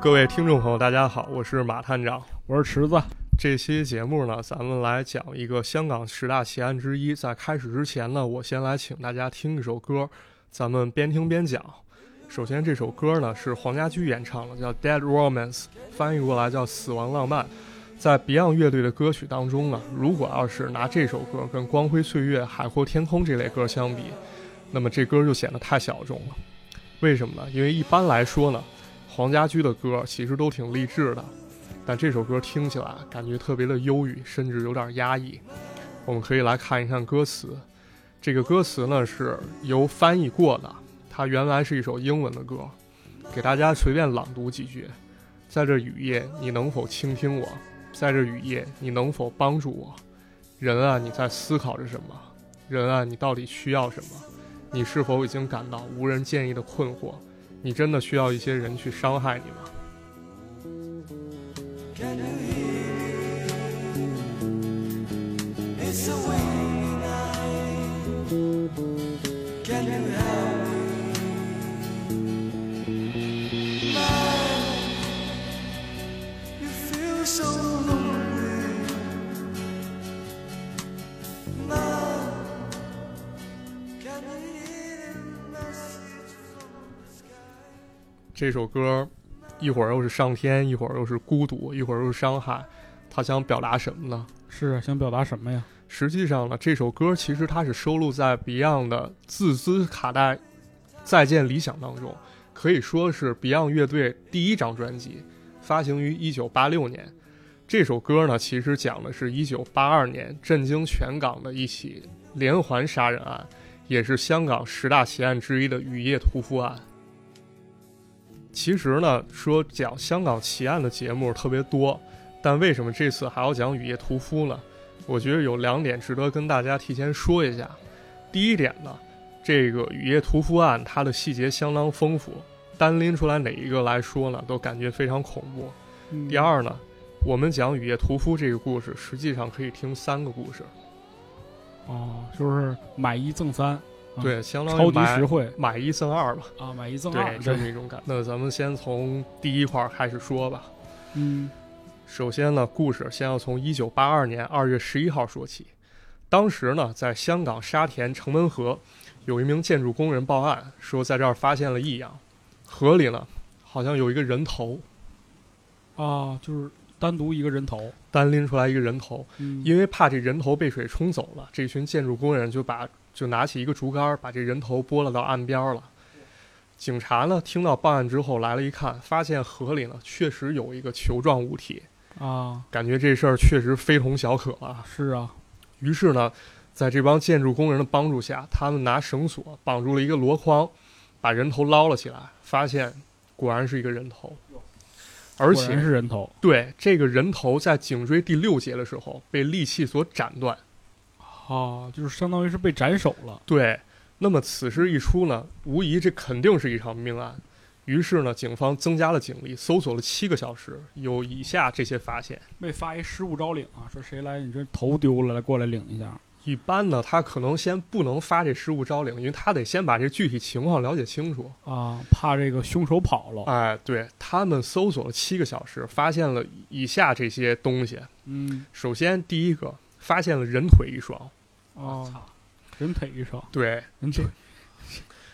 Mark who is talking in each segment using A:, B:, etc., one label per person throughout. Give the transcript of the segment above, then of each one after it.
A: 各位听众朋友，大家好，我是马探长。
B: 我是池子，
A: 这期节目呢，咱们来讲一个香港十大奇案之一。在开始之前呢，我先来请大家听一首歌，咱们边听边讲。首先，这首歌呢是黄家驹演唱的，叫《Dead Romance》，翻译过来叫《死亡浪漫》。在 Beyond 乐队的歌曲当中呢，如果要是拿这首歌跟《光辉岁月》《海阔天空》这类歌相比，那么这歌就显得太小众了。为什么呢？因为一般来说呢，黄家驹的歌其实都挺励志的，但这首歌听起来啊感觉特别的忧郁，甚至有点压抑。我们可以来看一看歌词，这个歌词呢是由翻译过的，它原来是一首英文的歌，给大家随便朗读几句。在这雨夜，你能否倾听我？在这雨夜，你能否帮助我？人啊，你在思考着什么？人啊，你到底需要什么？你是否已经感到无人建议的困惑？你真的需要一些人去伤害你吗？
C: Can you hear me? It's a windy night. Can you help me? Man, you feel so lonely. Man, can you hear the message from the sky?
A: 这首歌一会儿又是上天，一会儿又是孤独，一会儿又是伤害，它想表达什么呢？
B: 是啊想表达什么呀？
A: 实际上呢，这首歌其实它是收录在 Beyond 的自资卡带《再见理想》当中，可以说是 Beyond 乐队第一张专辑，发行于1986年。这首歌呢，其实讲的是1982年震惊全港的一起连环杀人案，也是香港十大奇案之一的雨夜屠夫案。其实呢，说讲香港奇案的节目特别多，但为什么这次还要讲雨夜屠夫呢？我觉得有两点值得跟大家提前说一下。第一点呢，这个雨夜屠夫案它的细节相当丰富，单拎出来哪一个来说呢，都感觉非常恐怖。第二呢，我们讲雨夜屠夫这个故事，实际上可以听三个故事，
B: 哦，就是买一赠三，啊
A: 对，相当
B: 超
A: 于
B: 级
A: 买
B: 实惠
A: 买一赠二吧，
B: 啊，买一 赠
A: 对，
B: 二，
A: 这么一种感。那咱们先从第一块儿开始说吧。
B: 嗯，
A: 首先呢，故事先要从一九八二年二月十一号说起。当时呢，在香港沙田城门河，有一名建筑工人报案说，在这儿发现了异样，河里呢好像有一个人头，
B: 啊，就是单独一个人头，
A: 单拎出来一个人头。
B: 嗯，
A: 因为怕这人头被水冲走了，这群建筑工人就把就拿起一个竹竿，把这人头拨了到岸边了。警察呢听到报案之后来了一看，发现河里呢确实有一个球状物体，
B: 啊，
A: 感觉这事儿确实非同小可啊。
B: 是啊，
A: 于是呢，在这帮建筑工人的帮助下，他们拿绳索绑住了一个箩筐，把人头捞了起来，发现果然是一个人头，而
B: 果然
A: 且
B: 是人头，
A: 对这个人头在颈椎第六节的时候被利器所斩断。
B: 啊，就是相当于是被斩首了，
A: 对，那么此事一出呢，无疑这肯定是一场命案。于是呢，警方增加了警力，搜索了七个小时，有以下这些发现。
B: 被发一失物招领啊，说谁来你这头丢了，来过来领一下，
A: 一般呢，他可能先不能发这失物招领，因为他得先把这具体情况了解清楚。
B: 啊，怕这个凶手跑了，
A: 哎，对他们搜索了七个小时，发现了以下这些东西。
B: 嗯，
A: 首先，第一个发现了人腿一双，
B: 啊，人腿一双，
A: 对，
B: 人腿，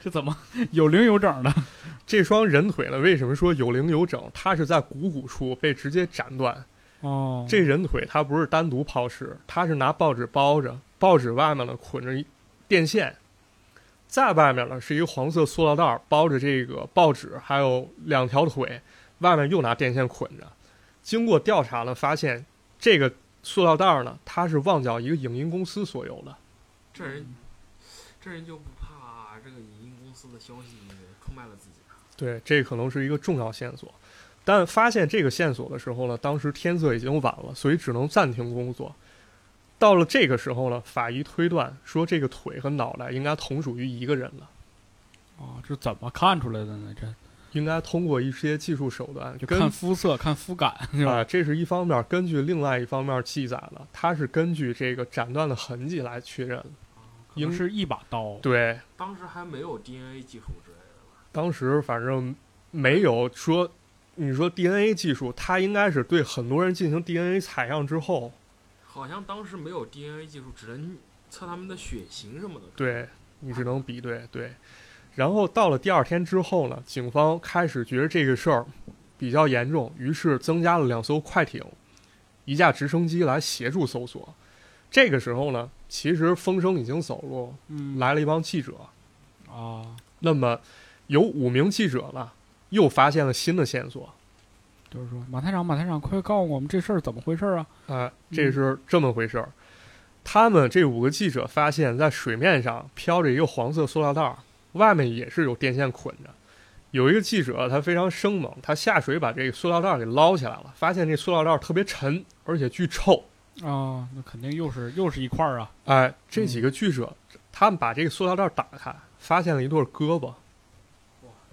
B: 这怎么有零有整的？
A: 这双人腿呢，为什么说有棱有整？它是在股骨处被直接斩断。
B: 哦，
A: 这人腿它不是单独抛尸，它是拿报纸包着，报纸外面呢捆着一电线，再外面呢是一个黄色塑料袋儿包着这个报纸，还有两条腿，外面又拿电线捆着。经过调查呢，发现这个塑料袋儿呢，它是旺角一个影音公司所有的。
D: 这人，这人就不怕这个影音公司的消息出卖了自己啊？
A: 对，这可能是一个重要线索。但发现这个线索的时候呢，当时天色已经晚了，所以只能暂停工作。到了这个时候呢，法医推断说这个腿和脑袋应该同属于一个人了，
B: 啊，这怎么看出来的呢？这
A: 应该通过一些技术手段，
B: 就
A: 根
B: 看肤色，看肤感是吧？
A: 啊，这是一方面，根据另外一方面记载了，它是根据这个斩断的痕迹来确认的。
B: 可能是一把刀，
A: 嗯对，
D: 当时还没有 DNA 技术之类的吧？
A: 当时反正没有说你说 DNA 技术，它应该是对很多人进行 DNA 采样之后，
D: 好像当时没有 DNA 技术，只能测他们的血型什么的。
A: 对你只能比对对。然后到了第二天之后呢，警方开始觉得这个事儿比较严重，于是增加了两艘快艇、一架直升机来协助搜索。这个时候呢，其实风声已经走弱，
B: 嗯
A: 来了一帮记者。
B: 啊，
A: 那么有五名记者呢，又发现了新的线索。
B: 就是说马探长，马探长，快告诉我们这事儿怎么回事啊？
A: 啊，这是这么回事儿。他们这五个记者发现，在水面上飘着一个黄色塑料袋儿，外面也是有电线捆着。有一个记者他非常生猛，他下水把这个塑料袋儿给捞起来了，发现这塑料袋儿特别沉，而且巨臭。
B: 啊，那肯定又是又是一块儿啊！
A: 哎，这几个记者他们把这个塑料袋儿打开，发现了一对胳膊。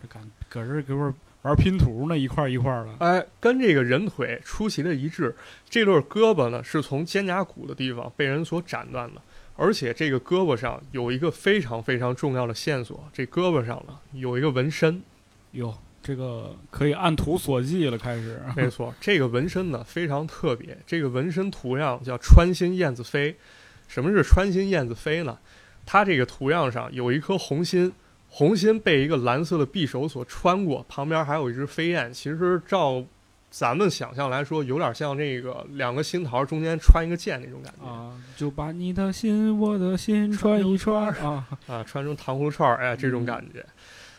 B: 这感搁这给我玩拼图呢，一块儿一块儿的。
A: 哎，跟这个人腿出奇的一致。这对胳膊呢，是从肩胛骨的地方被人所斩断的，而且这个胳膊上有一个非常非常重要的线索，这胳膊上呢有一个纹身。
B: 哟，这个可以按图索骥了，开始。
A: 没错，这个纹身呢非常特别，这个纹身图样叫穿心燕子飞。什么是穿心燕子飞呢？它这个图样上有一颗红心，红心被一个蓝色的匕首所穿过，旁边还有一只飞燕。其实照咱们想象来说，有点像这个两个心桃中间穿一个箭那种感觉啊
B: 啊，就把你的心，我的心串一串啊！
A: 穿成糖葫芦串儿，哎，这种感觉。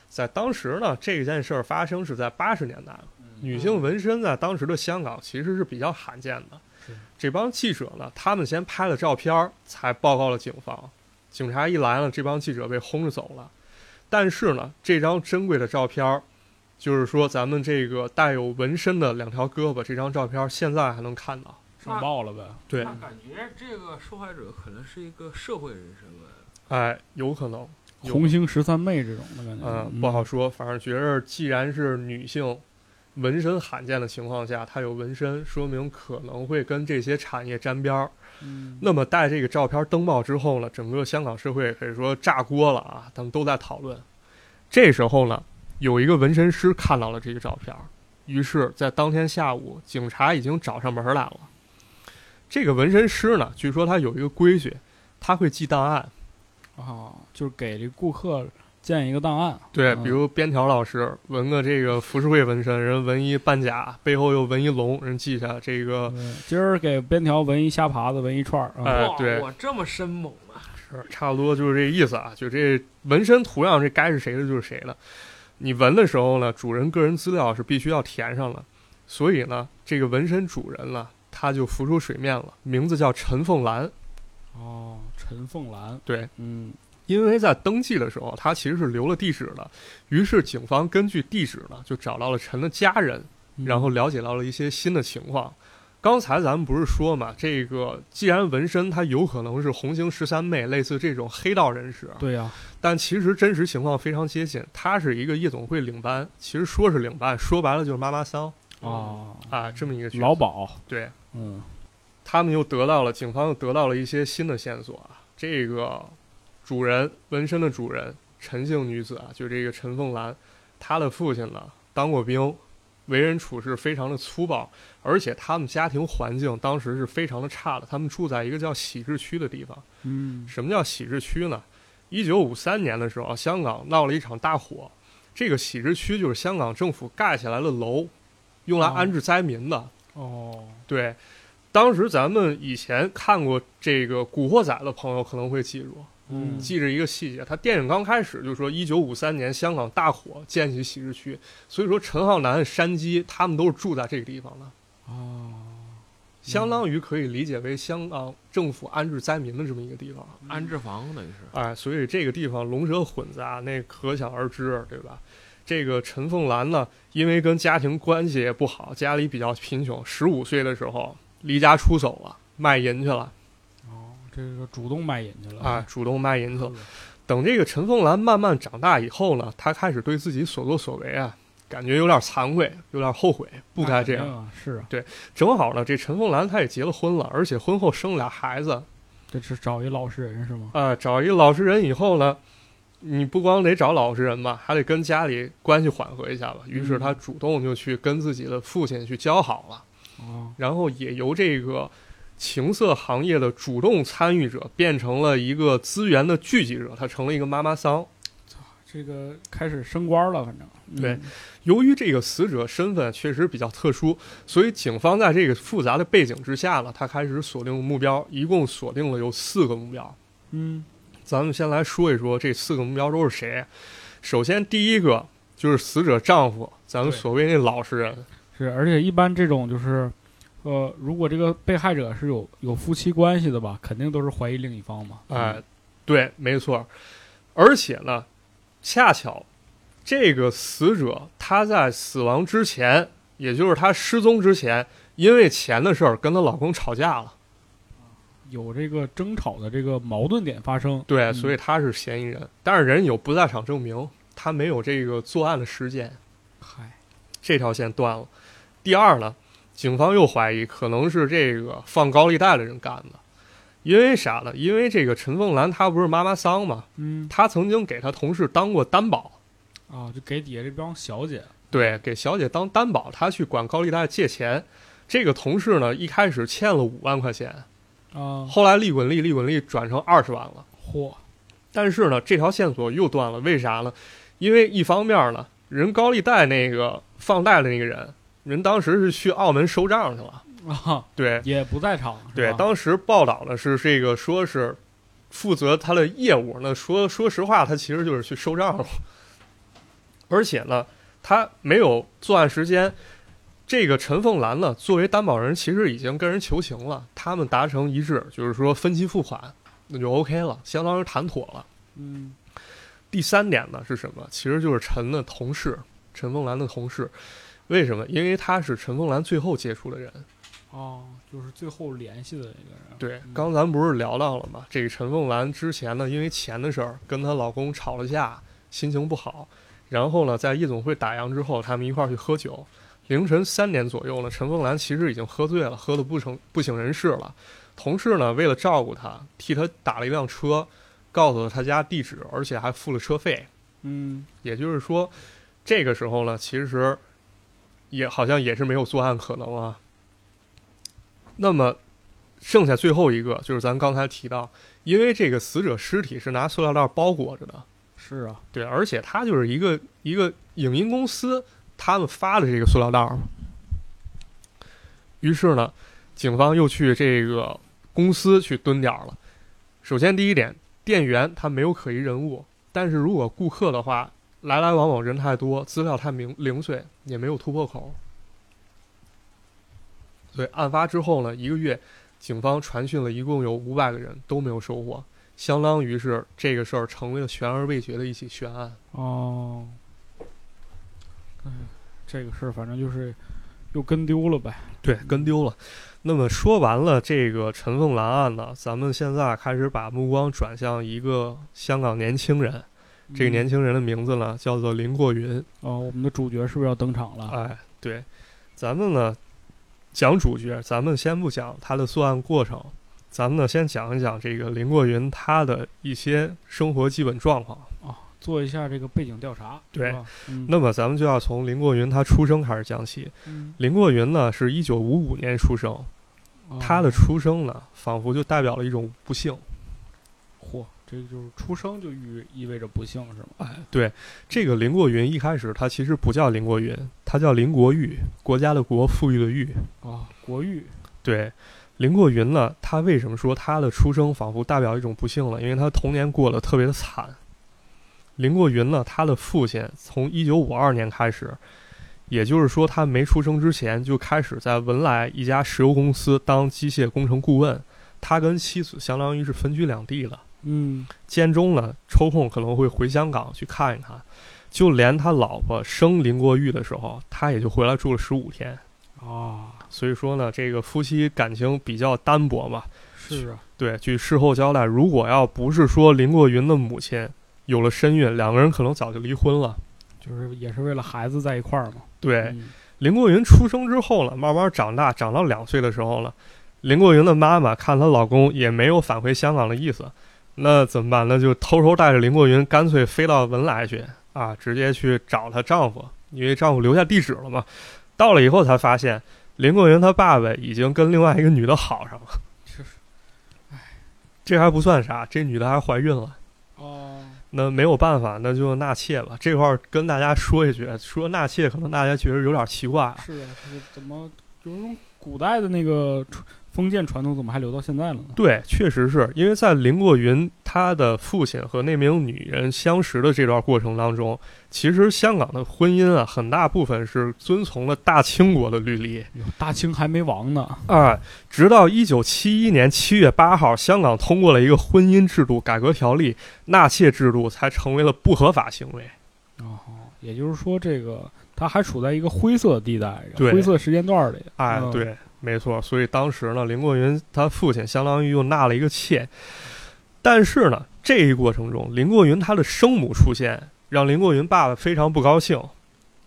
A: 在当时呢，这件事儿发生是在八十年代，女性纹身在当时的香港其实是比较罕见的
B: 是。
A: 这帮记者呢，他们先拍了照片儿，才报告了警方。警察一来了，这帮记者被轰着走了。但是呢，这张珍贵的照片儿，就是说咱们这个带有纹身的两条胳膊这张照片儿，现在还能看到。
B: 上报了呗。
A: 对
D: 那，感觉这个受害者可能是一个社会人身份。
A: 哎，有可能，有
B: 红星十三妹这种的感觉，
A: 嗯，不好说。反正觉着，既然是女性纹身罕见的情况下，她有纹身，说明可能会跟这些产业沾边儿。
B: 嗯。
A: 那么带这个照片登报之后呢，整个香港社会可以说炸锅了啊，他们都在讨论。这时候呢，有一个纹身师看到了这个照片，于是，在当天下午，警察已经找上门来了。这个纹身师呢，据说他有一个规矩，他会记档案，
B: 啊，就是给这顾客建一个档案。
A: 对，
B: 嗯
A: 比如边条老师纹个这个浮世绘纹身，人纹一半甲，背后又纹一龙，人记下这个
B: 对嗯今儿给边条纹一虾爬子，纹一串儿啊。
A: 哎
D: 哇，
A: 对
D: 我这么生猛啊！
A: 是差不多就是这意思啊，就这纹身图样，这该是谁的就是谁的。你纹的时候呢，主人个人资料是必须要填上了，所以呢，这个纹身主人呢，他就浮出水面了，名字叫陈凤兰。
B: 哦，陈凤兰。
A: 对，
B: 嗯，
A: 因为在登记的时候，他其实是留了地址的，于是警方根据地址呢，就找到了陈的家人，
B: 嗯
A: 然后了解到了一些新的情况。刚才咱们不是说嘛，这个既然纹身，它有可能是红星十三妹，类似这种黑道人士，
B: 对呀、
A: 但其实真实情况非常接近。他是一个夜总会领班，其实说是领班，说白了就是妈妈桑
B: 啊，
A: 啊，这么一个角色
B: 老。鸨，
A: 对
B: 嗯，
A: 他们又得到了，警方又得到了一些新的线索啊。这个主人纹身的主人陈姓女子啊，就这个陈凤兰，她的父亲呢当过兵，为人处事非常的粗暴，而且他们家庭环境当时是非常的差的。他们住在一个叫喜志区的地方。
B: 嗯，
A: 什么叫喜志区呢？一九五三年的时候，香港闹了一场大火，这个喜志区就是香港政府盖起来的楼，用来
B: 哦
A: 安置灾民的。
B: 哦，
A: 对，当时咱们以前看过这个《古惑仔》的朋友可能会记住，
B: 嗯
A: 记着一个细节，他电影刚开始就说一九五三年香港大火建起喜事区，所以说陈浩南、山鸡他们都是住在这个地方的，
B: 哦，
A: 相当于可以理解为香港政府安置灾民的这么一个地方。
D: 安置房等于是
A: 哎，所以这个地方龙蛇混杂，那可想而知，对吧？这个陈凤兰呢，因为跟家庭关系也不好，家里比较贫穷，十五岁的时候离家出走了，卖淫去了
B: 哦，这个主动卖淫去了
A: 啊，，主动卖淫去了
B: 嗯。
A: 等这个陈凤兰慢慢长大以后呢，她开始对自己所作所为啊，感觉有点惭愧，有点后悔，不该这
B: 那
A: 样。
B: 肯定啊，是啊，
A: 正好呢，这陈凤兰她也结了婚了，而且婚后生了俩孩子，呃
B: 这是找一老实人是吗？
A: 啊，找一老实人以后呢，你不光得找老实人吧，还得跟家里关系缓和一下吧。于是他主动就去跟自己的父亲去交好了，
B: 哦，
A: 然后也由这个情色行业的主动参与者变成了一个资源的聚集者，他成了一个妈妈桑。
B: 这个开始升官了，反正嗯
A: 对，由于这个死者身份确实比较特殊，所以警方在这个复杂的背景之下呢，他开始锁定目标，一共锁定了有四个目标。
B: 嗯
A: 咱们先来说一说这四个目标都是谁。首先，第一个就是死者丈夫，咱们
B: 对
A: 所谓那老实人，
B: 是，而且一般这种就是，呃，如果这个被害者是有有夫妻关系的吧，肯定都是怀疑另一方嘛。
A: 哎，对，没错。而且呢，恰巧这个死者他在死亡之前，也就是他失踪之前，因为钱的事儿跟她老公吵架了。
B: 有这个争吵的这个矛盾点发生。
A: 对，
B: 嗯
A: 所以他是嫌疑人，但是人有不在场证明，他没有这个作案的时间，
B: 嗨，
A: 这条线断了。第二呢，警方又怀疑可能是这个放高利贷的人干的，因为啥呢？因为这个陈凤兰她不是妈妈桑嘛，
B: 嗯
A: 她曾经给她同事当过担保，
B: 啊，就给底下这帮小姐，
A: 对，给小姐当担保，她去管高利贷借钱。这个同事呢，一开始欠了五万块钱，
B: 啊，
A: 后来利滚利，利滚利转成二十万了。
B: 嚯，
A: 但是呢，这条线索又断了，为啥呢？因为一方面呢，人高利贷那个放贷的那个人，人当时是去澳门收账去了，
B: 啊，
A: 对
B: 也不在场。是
A: 对，
B: 吧
A: 当时报道的是这个，说是负责他的业务呢，说说实话，他其实就是去收账了，而且呢，他没有作案时间。这个陈凤兰呢，作为担保人，其实已经跟人求情了，他们达成一致，就是说分期付款，那就 OK 了，相当于谈妥了。
B: 嗯
A: 第三点呢是什么？其实就是陈的同事，陈凤兰的同事。为什么？因为他是陈凤兰最后接触的人。
B: 哦，就是最后联系的一个人。
A: 对
B: 嗯，
A: 刚咱不是聊到了吗？这个陈凤兰之前呢，因为钱的事儿跟她老公吵了架，心情不好。然后呢，在夜总会打烊之后，他们一块儿去喝酒。凌晨三点左右呢，陈凤兰其实已经喝醉了，喝得不成不省人事了。同事呢，为了照顾她，替她打了一辆车，告诉了她家地址，而且还付了车费。
B: 嗯，
A: 也就是说，这个时候呢，其实也好像也是没有作案可能啊。那么剩下最后一个就是咱刚才提到，因为这个死者尸体是拿塑料袋包裹着的，
B: 是啊，
A: 对，而且它就是一个一个影音公司他们发的这个塑料袋儿嘛。于是呢，警方又去这个公司去蹲点儿了。首先第一点，店员他没有可疑人物，但是如果顾客的话，来来往往人太多，资料太零零碎，也没有突破口。所以案发之后呢，一个月，警方传讯了一共有五百个人，都没有收获，相当于是这个事儿成为了悬而未决的一起悬案。
B: 哦，哎，这个事儿反正就是又跟丢了呗。
A: 对，跟丢了。那么说完了这个陈凤兰案呢，咱们现在开始把目光转向一个香港年轻人。这个年
B: 嗯
A: 轻人的名字呢，叫做林过云。
B: 哦，我们的主角是不是要登场了？
A: 哎，对，咱们呢讲主角，咱们先不讲他的作案过程，咱们呢先讲一讲这个林过云他的一些生活基本状况。
B: 哦，做一下这个背景调查。
A: 对
B: 是吧，嗯
A: 那么咱们就要从林过云他出生开始讲起。
B: 嗯
A: 林过云呢是一九五五年出生，
B: 哦
A: 他的出生呢仿佛就代表了一种不幸。
B: 嚯，这个就是出生就意意味着不幸是吗？
A: 啊这个林过云一开始他其实不叫林过云，他叫林国玉，国家的国，富裕的裕。
B: 啊，国玉
A: 对，林过云呢，他为什么说他的出生仿佛代表一种不幸了？因为他童年过得特别的惨。林过云呢，他的父亲从一九五二年开始，也就是说他没出生之前就开始在文莱一家石油公司当机械工程顾问。他跟妻子相当于是分居两地了。
B: 嗯，
A: 间中呢抽空可能会回香港去看一看，就连他老婆生林国玉的时候，他也就回来住了十五天。
B: 啊，
A: 所以说呢，这个夫妻感情比较单薄嘛。
B: 是啊，
A: 对，据事后交代，如果要不是说林过云的母亲有了身孕，两个人可能早就离婚了。
B: 就是也是为了孩子在一块儿嘛。
A: 对，
B: 嗯
A: 林过云出生之后呢，慢慢长大，长到两岁的时候呢，林过云的妈妈看她老公也没有返回香港的意思，那怎么办？那就偷偷带着林过云，干脆飞到文莱去啊，直接去找她丈夫，因为丈夫留下地址了嘛。到了以后才发现，林过云他爸爸已经跟另外一个女的好上了。
B: 是
A: 这还不算啥，这女的还怀孕了。
B: 哦，
A: 那没有办法，那就纳妾吧。这块儿跟大家说一句，说纳妾可能大家觉得有点奇怪啊，
B: 是的，就是怎么有一种古代的那个传封建传统，怎么还留到现在了呢？
A: 对，确实是因为在林过云他的父亲和那名女人相识的这段过程当中，其实香港的婚姻啊，很大部分是遵从了大清国的律例
B: 哟大清还没亡呢，
A: 啊。直到一九七一年七月八号，香港通过了一个婚姻制度改革条例，纳妾制度才成为了不合法行为。
B: 哦，也就是说，这个它还处在一个灰色地带、
A: 对
B: 灰色时间段里。
A: 哎，
B: 嗯，
A: 对，没错。所以当时呢，林过云他父亲相当于又纳了一个妾，但是呢，这一过程中，林过云他的生母出现，让林过云爸爸非常不高兴。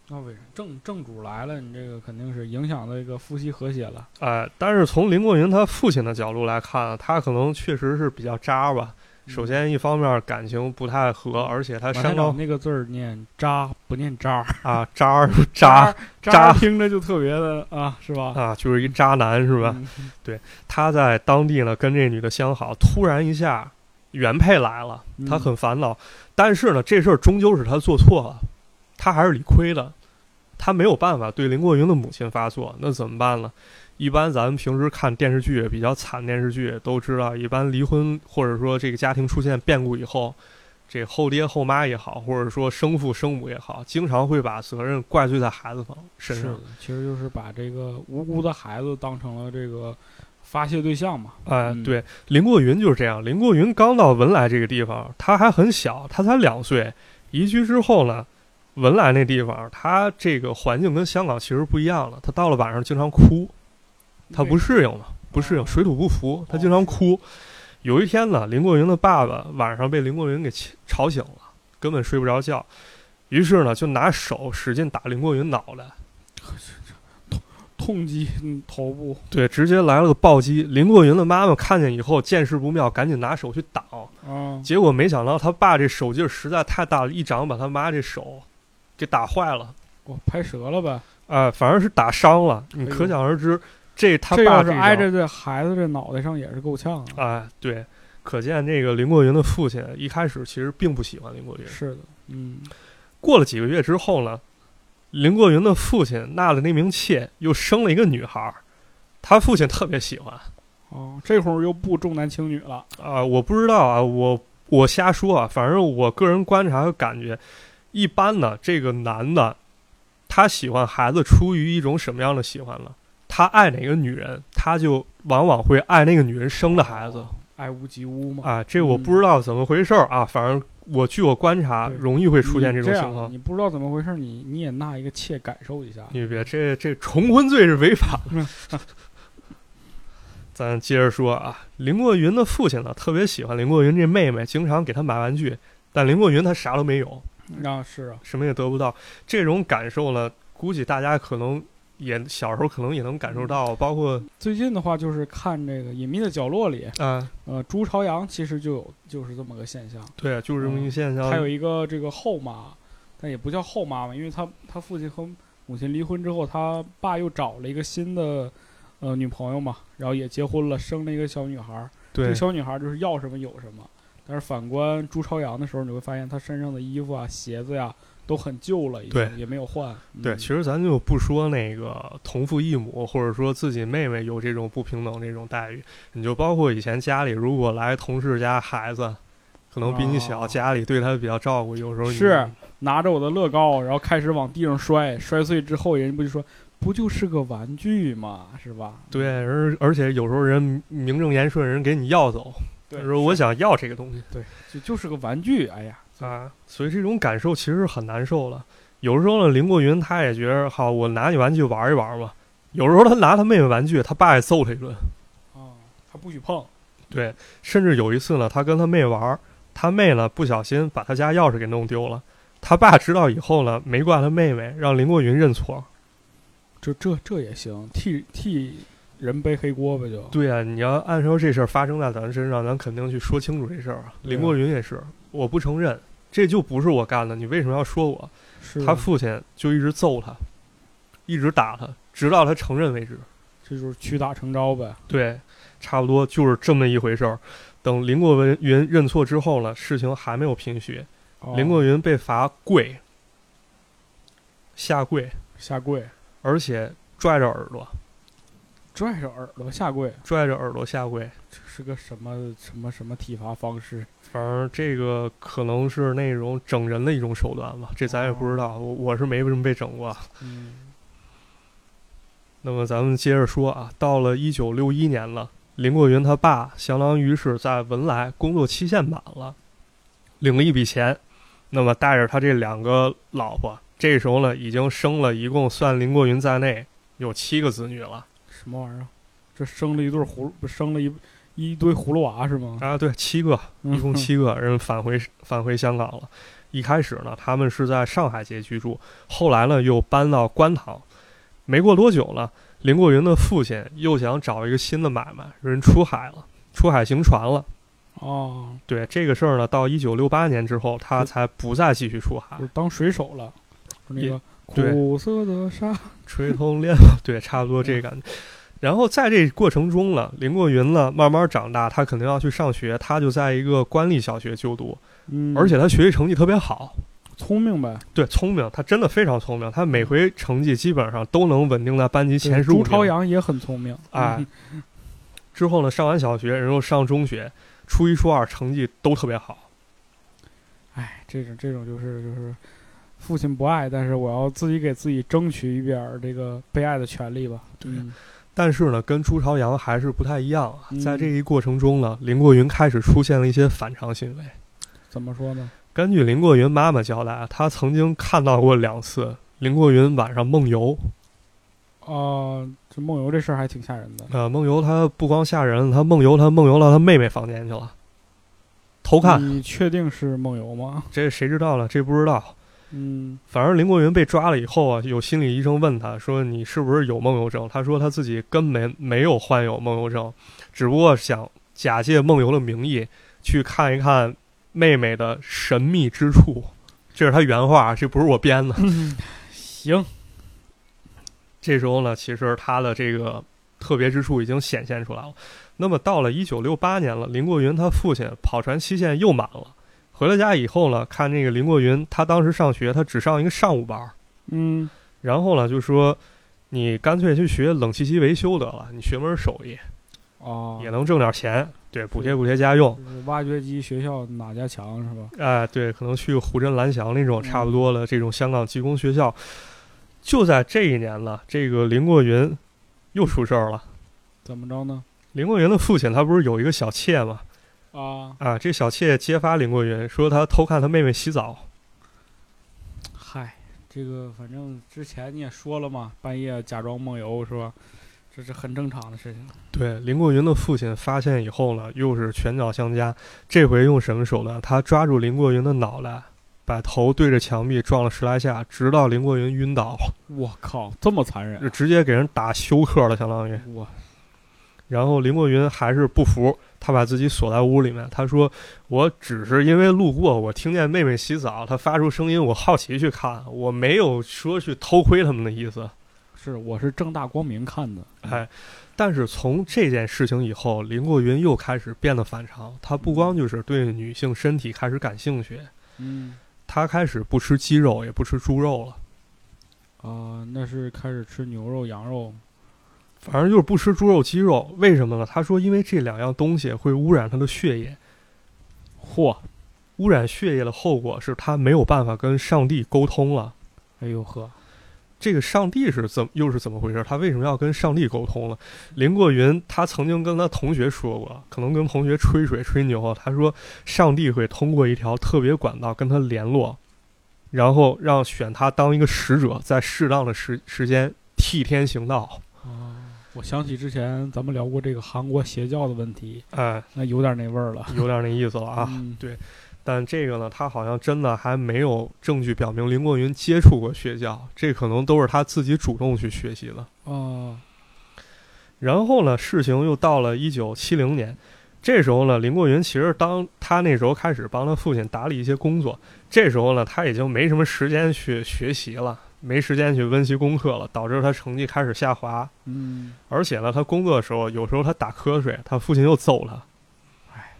B: 那为啥正正主来了，你这个肯定是影响这个夫妻和谐了。
A: 哎，但是从林过云他父亲的角度来看，啊他可能确实是比较渣吧。
B: 嗯
A: 首先，一方面感情不太合，而且他
B: 马
A: 山
B: 探
A: 高
B: 长那个字儿念渣，不念渣儿，
A: 啊渣儿 渣渣
B: 渣听着就特别的啊，是吧？
A: 啊，就是一渣男是吧？
B: 嗯？
A: 他在当地呢跟这女的相好，突然一下原配来了，
B: 嗯
A: 他很烦恼。但是呢，这事儿终究是他做错了，他还是理亏的，他没有办法对林过云的母亲发作，那怎么办呢？一般咱们平时看电视剧比较惨，电视剧都知道，一般离婚或者说这个家庭出现变故以后，这后爹后妈也好，或者说生父生母也好，经常会把责任怪罪在孩子方身
B: 是
A: 上
B: 的。，其实就是把这个无辜的孩子当成了这个发泄对象嘛。
A: 哎，
B: 嗯
A: 对，林过云就是这样。林过云刚到文莱这个地方，他还很小，他才两岁。移居之后呢，文莱那地方，他这个环境跟香港其实不一样了。他到了晚上经常哭，他不适应嘛，不适应，水土不服，他经常哭。有一天呢，林过云的爸爸晚上被林过云给气吵醒了，根本睡不着觉，于是呢就拿手使劲打林过云脑袋。
B: 痛击嗯头部，
A: 对，直接来了个暴击。林过云的妈妈看见以后，见势不妙，赶紧拿手去挡。
B: 啊，
A: 结果没想到他爸这手劲儿实在太大了，一掌把他妈这手给打坏了，
B: 我拍折了呗。
A: 啊、反正是打伤了。你
B: 哎呦
A: 可想而知，这他
B: 这
A: 爸
B: 要
A: 这
B: 是
A: 一
B: 挨
A: 掌
B: 着这孩子这脑袋上也是够呛啊。
A: 啊，对，可见这个林过云的父亲一开始其实并不喜欢林过云。
B: 是的，嗯，
A: 过了几个月之后呢，林过云的父亲纳了那名妾，又生了一个女孩儿，他父亲特别喜欢。
B: 哦，这会儿又不重男轻女了。
A: 啊，我不知道啊，我我瞎说啊，反正我个人观察和感觉，一般呢，这个男的，他喜欢孩子出于一种什么样的喜欢呢？他爱哪个女人，他就往往会爱那个女人生的孩子
B: 爱屋及乌嘛，
A: 啊。这我不知道怎么回事儿啊，反正我据我观察，
B: 嗯对
A: 容易会出现
B: 你
A: 这种
B: 这样
A: 情况。
B: 你不知道怎么回事，你你也纳一个妾感受一下。
A: 你别这这重婚罪是违法的。咱接着说啊，林过云的父亲呢，特别喜欢林过云这妹妹，经常给她买玩具，但林过云他啥都没有，
B: 啊，是啊，
A: 什么也得不到。这种感受呢，估计大家可能也小时候可能也能感受到，包括
B: 最近的话就是看这个《隐秘的角落》里，
A: 啊，
B: 呃，朱朝阳其实就有就是这么个现象，
A: 对，就是这么一个现象。
B: 他有一个这个后妈，但也不叫后妈嘛，因为他他父亲和母亲离婚之后，他爸又找了一个新的呃女朋友嘛，然后也结婚了，生了一个小女孩儿。这
A: 对
B: 个小女孩就是要什么有什么。但是反观朱朝阳的时候，你会发现她身上的衣服啊、鞋子呀、都很旧了，已
A: 对
B: 经也没有换。嗯
A: 对，其实咱就不说那个同父异母，或者说自己妹妹有这种不平等这种待遇，你就包括以前家里如果来同事家孩子，可能比你小，
B: 哦
A: 家里对他比较照顾，有时候你
B: 是拿着我的乐高，然后开始往地上摔，摔碎之后，人家不就说不就是个玩具嘛，是吧？
A: 对，而而且有时候人名正言顺人给你要走，
B: 对，
A: 说我想要这个东西
B: 就就是个玩具。哎呀，
A: 啊，所以这种感受其实是很难受的。有时候呢，林过云他也觉得好，我拿你玩具玩一玩吧。有时候他拿他妹妹玩具，他爸也揍他一顿。
B: 啊，他不许碰。
A: 对，甚至有一次呢，他跟他妹玩儿，他妹呢不小心把他家钥匙给弄丢了。他爸知道以后呢，没怪他妹妹，让林过云认错。
B: 这这这也行，替替人背黑锅呗就。
A: 对啊，你要按说这事儿发生在咱身上，咱肯定去说清楚这事儿啊。
B: 对啊
A: 林国云也是，我不承认，这就不是我干的，你为什么要说我？
B: 是啊
A: 他父亲就一直揍他，一直打他，直到他承认为止。
B: 这就是屈打成招呗。
A: 对，差不多就是这么一回事儿。等林国文云认错之后呢，事情还没有平息，
B: 哦
A: 林国云被罚跪，下跪，
B: 下跪，
A: 而且拽着耳朵，
B: 拽着耳朵下跪，
A: 拽着耳朵下跪。
B: 这是个什么什么什么体罚方式？
A: 反正这个可能是那种整人的一种手段吧，这咱也不知道，我我是没怎么被整过。
B: 嗯，
A: 那么咱们接着说啊，到了一九六一年了，林国云他爸相当于是在文莱工作期限满了，领了一笔钱，那么带着他这两个老婆，这时候呢已经生了一共算林国云在内有七个子女了
B: 什么玩意儿啊？这生了一对葫芦，不生了一一堆葫芦娃是吗？
A: 啊，对，七个，一共七个人返回返回香港了。一开始呢，他们是在上海街居住，后来呢又搬到观塘。没过多久呢，林国云的父亲又想找一个新的买卖，人出海了，出海行船了。
B: 哦，
A: 对这个事儿呢，到一九六八年之后，他才不再继续出海
B: 就是，当水手了，那个
A: 对
B: 苦涩的沙。
A: 吹通练 对，差不多这感觉。然后在这过程中呢，林国云呢慢慢长大，他肯定要去上学，他就在一个官立小学就读，
B: 嗯，
A: 而且他学习成绩特别好，
B: 聪明呗，
A: 对，聪明，他真的非常聪明，他
B: 嗯
A: 每回成绩基本上都能稳定在班级前十五
B: 朱朝
A: 名。
B: 阳也很聪明，
A: 哎
B: 嗯，
A: 之后呢，上完小学，然后上中学，初一、初二成绩都特别好。
B: 哎，这种这种就是就是，父亲不爱，但是我要自己给自己争取一点儿这个被爱的权利吧。嗯，
A: 但是呢，跟朱朝阳还是不太一样啊。
B: 嗯
A: 在这一过程中呢，林国云开始出现了一些反常行为。
B: 怎么说呢？
A: 根据林国云妈妈交代啊，她曾经看到过两次林国云晚上梦游。
B: 啊、这梦游这事儿还挺吓人的。
A: 呃，梦游他不光吓人，他梦游他梦游到他妹妹房间去了，偷看。
B: 你确定是梦游吗？
A: 这谁知道呢？这不知道。
B: 嗯，
A: 反正林国云被抓了以后啊，有心理医生问他说：“你是不是有梦游症？”他说他自己根本没有患有梦游症，只不过想假借梦游的名义去看一看妹妹的神秘之处。 这是他原话，这不是我编的。
B: 行，
A: 这时候呢，其实他的这个特别之处已经显现出来了。那么到了一九六八年了，林国云他父亲跑船期限又满了，回了家以后呢，看这个林国云，他当时上学，他只上一个上午班儿，
B: 嗯，
A: 然后呢就说，你干脆去学冷气机维修得了，你学门手艺
B: 哦，
A: 也能挣点钱，对，补贴补贴家用。
B: 就是挖掘机学校哪家强是吧？
A: 哎，对，可能去胡镇蓝翔那
B: 嗯
A: 种差不多的这种香港技工学校。就在这一年了，这个林国云又出事儿了。
B: 怎么着呢？
A: 林国云的父亲他不是有一个小妾吗？
B: 啊，
A: 啊，这小妾揭发林国云，说他偷看他妹妹洗澡。
B: 嗨，这个反正之前你也说了嘛，半夜假装梦游是吧？这是很正常的事情。
A: 对，林国云的父亲发现以后呢，又是拳脚相加。这回用什么手段？他抓住林国云的脑袋，把头对着墙壁撞了十来下，直到林国云晕倒，
B: 我靠，这么残忍
A: 就！直接给人打休克了，相当于。
B: 我
A: 然后林国云还是不服，他把自己锁在屋里面。他说：“我只是因为路过，我听见妹妹洗澡，她发出声音，我好奇去看，我没有说去偷窥他们的意思。
B: 是我是正大光明看的，”
A: 哎，但是从这件事情以后，林国云又开始变得反常。他不光就是对女性身体开始感兴趣，
B: 嗯
A: 他开始不吃鸡肉，也不吃猪肉了，
B: 啊、那是开始吃牛肉、羊肉，
A: 反正就是不吃猪肉、鸡肉。为什么呢？他说，因为这两样东西会污染他的血液。
B: 嚯，
A: 污染血液的后果是他没有办法跟上帝沟通了。
B: 哎呦呵，
A: 这个上帝是怎又是怎么回事？他为什么要跟上帝沟通了？林过云他曾经跟他同学说过，可能跟同学吹水吹牛啊，他说上帝会通过一条特别管道跟他联络，然后让选他当一个使者，在适当的时时间替天行道。
B: 啊，我想起之前咱们聊过这个韩国邪教的问题，
A: 哎，
B: 那有点那味儿了
A: 有点那意思了啊。
B: 嗯
A: 但这个呢，他好像真的还没有证据表明林过云接
B: 哦
A: 触过学教，这可能都是他自己主动去学习的。
B: 啊，
A: 然后呢，事情又到了一九七零年，这时候呢，林过云其实当他那时候开始帮他父亲打理一些工作，这时候呢，他已经没什么时间去学习了，没时间去温习功课了，导致他成绩开始下滑。
B: 嗯，
A: 而且呢，他工作的时候，有时候他打瞌睡，他父亲又揍他。
B: 哎，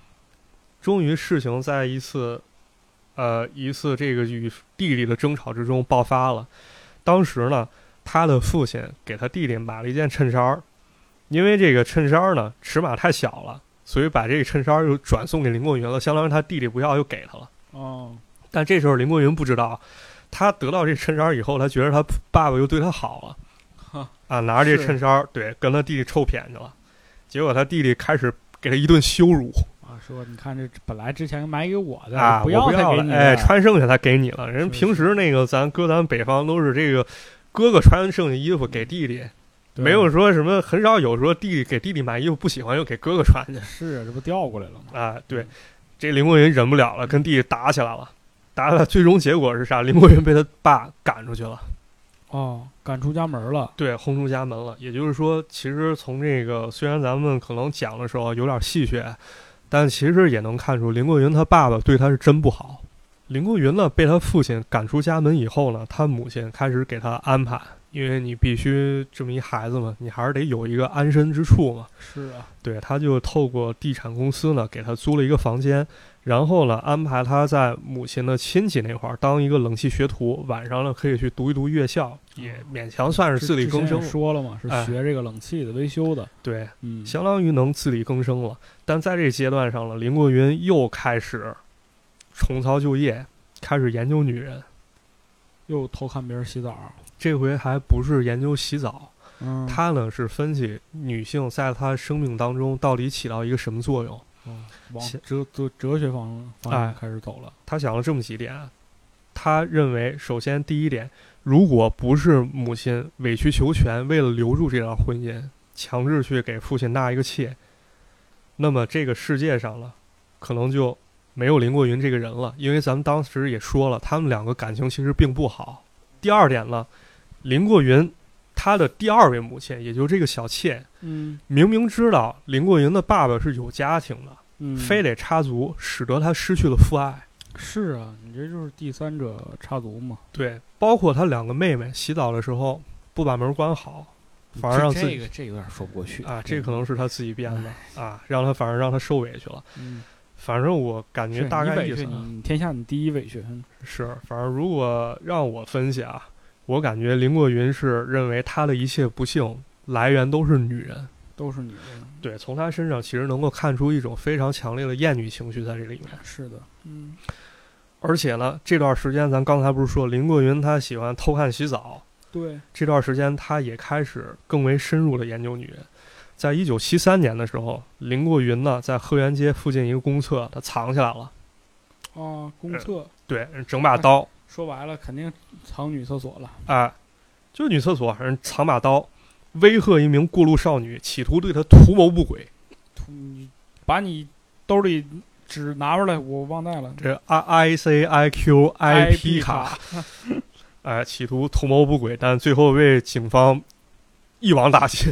A: 终于事情在一次，呃，一次这个与弟弟的争吵之中爆发了。当时呢，他的父亲给他弟弟买了一件衬衫儿，因为这个衬衫儿呢尺码太小了，所以把这个衬衫儿又转送给林过云了，相当于他弟弟不要又给他了。
B: 哦，
A: 但这时候林过云不知道，他得到这衬衫以后，他觉得他爸爸又对他好了
B: 哈，
A: 啊，拿着这
B: 是
A: 衬衫儿对跟他弟弟臭谝去了，结果他弟弟开始给他一顿羞辱
B: 啊，说你看这本来之前买给我的，
A: 啊，
B: 不
A: 我不
B: 才
A: 要
B: 给你
A: 了，
B: 的
A: 哎，穿剩下他给你了，人
B: 是
A: 平时那个咱搁咱北方都是这个哥哥穿剩下衣服给弟弟，
B: 嗯对
A: 没有说什么很少有说弟弟给弟弟买衣服不喜欢又给哥哥穿去。
B: 啊是这不调过来了吗？
A: 啊，对，
B: 嗯
A: 这林过云忍不了了，跟弟弟打起来了，打起来，最终结果是啥？林过云被他爸赶出去了，
B: 哦，赶出家门了，
A: 对，轰出家门了。也就是说，其实从这个虽然咱们可能讲的时候有点戏谑，但其实也能看出林过云他爸爸对他是真不好。林过云呢，被他父亲赶出家门以后呢，他母亲开始给他安排，因为你必须这么一孩子嘛，你还是得有一个安身之处嘛。
B: 是啊，
A: 对，他就透过地产公司呢，给他租了一个房间，然后呢，安排他在母亲的亲戚那块儿当一个冷气学徒，晚上呢可以去读一读院校，也勉强算是
B: 之
A: 自力
B: 之
A: 更
B: 前
A: 生
B: 也
A: 了。
B: 说了嘛，是
A: 哎
B: 学这个冷气的、维修的，
A: 对，
B: 嗯，
A: 相当于能自力更生了。但在这阶段上了，林过云又开始重操旧业，开始研究女人。
B: 又偷看别人洗澡，
A: 这回还不是研究洗澡，
B: 嗯，
A: 他呢是分析女性在他生命当中到底起到一个什么作用。
B: 哦往
A: 先
B: 哲哲哲学方方
A: 哎
B: 向开始走了，
A: 他想了这么几点啊，他认为，首先第一点，如果不是母亲委曲求全，为了留住这段婚姻，强制去给父亲纳一个妾，那么这个世界上了，可能就没有林过云这个人了。因为咱们当时也说了，他们两个感情其实并不好。第二点呢，林过云他的第二位母亲，也就是这个小妾，
B: 嗯
A: 明明知道林过云的爸爸是有家庭的，
B: 嗯，
A: 非得插足，使得他失去了父爱。
B: 是啊，你这就是第三者插足嘛，
A: 对，包括他两个妹妹洗澡的时候不把门关好，反而让自
D: 这
A: 己
D: 个这有点说不过去
A: 啊，
B: 嗯
A: 这可能是他自己编的啊，让他反而让他受委屈了。
B: 嗯，
A: 反正我感
B: 是
A: 觉大
B: 你
A: 概
B: 委
A: 意
B: 屈
A: 思
B: 你你天下你第一委屈，嗯
A: 是，反正如果让我分析啊，我感觉林过云是认为他的一切不幸来源都是女人。
B: 都是你的，
A: 对，从他身上其实能够看出一种非常强烈的厌女情绪在这里面。
B: 是的，嗯，
A: 而且呢，这段时间咱刚才不是说林过云他喜欢偷看洗澡，
B: 对，
A: 这段时间，他也开始更为深入的研究女人。在一九七三年的时候，林过云呢在河源街附近一个公厕，他藏起来了，
B: 啊，公厕。
A: 对，整把刀，
B: 说白了，肯定藏女厕所了。
A: 哎、就是女厕所，人藏把刀，威吓一名过路少女，企图对她图谋不轨。
B: 你把你兜里纸拿出来，我忘带了。
A: 这 I I C I Q I P
B: IP
A: 卡，哎、企图图谋不轨，但最后被警方一网打尽。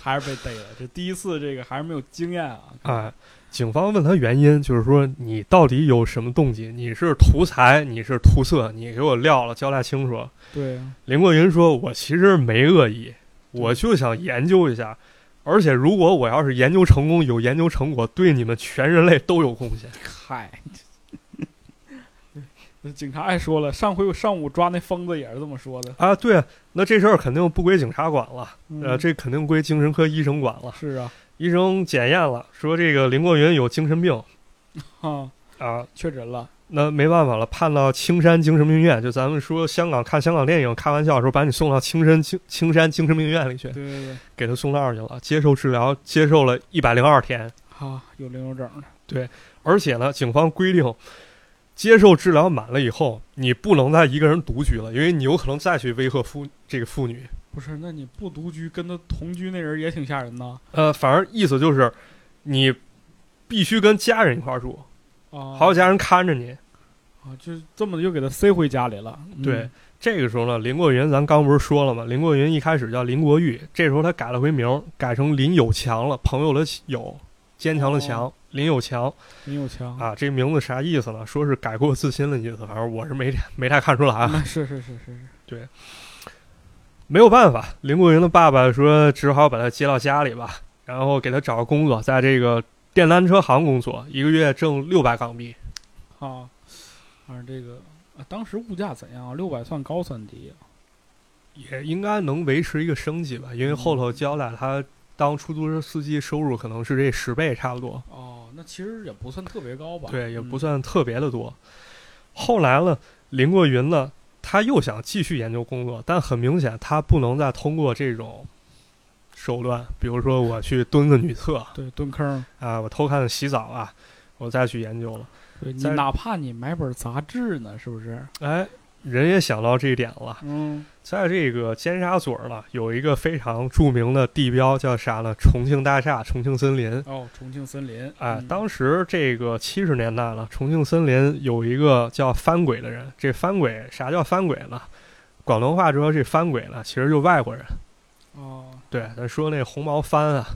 B: 还是被逮了。这第一次，这个还是没有经验啊。
A: 啊，警方问他原因，就是说你到底有什么动机？你是图财，你是图色，你给我撂了，交代清楚。
B: 对啊，
A: 林过云说：“我其实没恶意，我就想研究一下，而且如果我要是研究成功，有研究成果，对你们全人类都有贡献。
B: 嗨，警察还说了，上回我上午抓那疯子也是这么说的”。
A: 啊，对啊，那这事儿肯定不归警察管了，
B: 嗯
A: 呃，这肯定归精神科医生管了。
B: 是啊，
A: 医生检验了，说这个林过云有精神病
B: 啊，
A: 啊，
B: 确诊了。
A: 那没办法了，判到青山精神病院。就咱们说香港看香港电影，开玩笑的时候把你送到青山青青山精神病院里去
B: 对，对对，
A: 给他送那儿去了，接受治疗，接受了一百零二天。
B: 啊，有零有整的。
A: 而且呢，警方规定，接受治疗满了以后，你不能再一个人独居了，因为你有可能再去威吓妇这个妇女。
B: 不是，那你不独居，跟他同居那人也挺吓人呐。
A: 呃，反而意思就是，你必须跟家人一块儿住，
B: 啊，
A: 还有家人看着你。
B: 啊，就这么就给他塞回家里了。嗯
A: 对，这个时候呢，林过云咱刚不是说了吗？林过云一开始叫林国玉，这时候他改了回名儿，改成林有强了，朋友的友，坚强的强，林有强
B: 林有强，
A: 啊，这名字啥意思呢？说是改过自新的意思，反正我是没没太看出来啊。
B: 那 是是是是是，
A: 没有办法，林国云的爸爸说只好把他接到家里吧，然后给他找个工作，在这个电单车行工作，一个月挣六百港币。
B: 啊，反正这个啊，当时物价怎样啊？六百算高算低啊？
A: 也应该能维持一个生计吧，因为后头交代他当出租车司机收入可能是这十倍差不多，
B: 哦，那其实也不算特别高吧？
A: 对，也不
B: 嗯
A: 算特别的多。后来呢，林过云呢，他又想继续研究工作，但很明显他不能再通过这种手段，比如说我去蹲个女厕
B: 对，蹲坑儿。
A: 啊，我偷看洗澡啊，我再去研究了。
B: 对你
A: 在
B: 哪怕你买本杂志呢，是不是？
A: 哎，人也想到这一点了。
B: 嗯，
A: 在这个尖沙咀儿呢，有一个非常著名的地标，叫啥呢？重庆大厦、重庆森林。
B: 哦，重庆森林。
A: 哎
B: 嗯，
A: 当时这个七十年代了，重庆森林有一个叫翻鬼的人。这翻鬼啥叫翻鬼呢？广东话说这翻鬼呢，其实就外国人。
B: 哦，
A: 对，咱说那红毛番啊，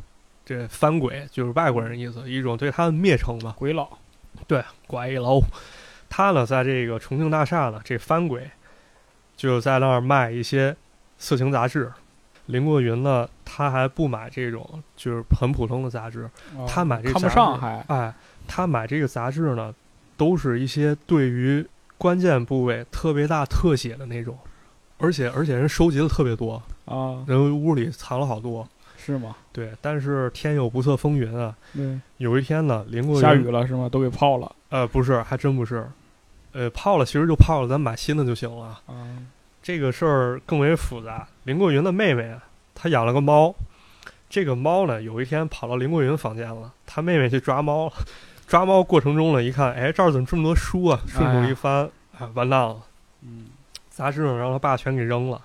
A: 这翻鬼就是外国人意思，一种对他的蔑称吧。
B: 鬼佬
A: 拐一老虎，他呢在这个重庆大厦呢，这翻鬼就在那儿卖一些色情杂志。林过云呢，他还不买这种就是很普通的杂志，
B: 哦
A: 他买这
B: 看不
A: 杂志
B: 上还
A: 哎，他买这个杂志呢，都是一些对于关键部位特别大特写的那种，而且而且人收集的特别多，
B: 啊？
A: 人屋里藏了好多。
B: 是吗？
A: 对，但是天有不测风云啊，
B: 对，
A: 有一天呢，林过云
B: 下雨了是吗？都给泡了
A: 呃，不是，还真不是。呃，泡了其实就泡了，咱买新的就行了。
B: 啊？
A: 这个事儿更为复杂。林过云的妹妹啊，她养了个猫，这个猫呢，有一天跑到林过云房间了，他妹妹去抓猫了。抓猫过程中呢，一看，哎，这儿怎么这么多书啊？顺手
B: 哎呀
A: 一翻，啊，完蛋了，
B: 嗯，
A: 杂志呢让他爸全给扔了。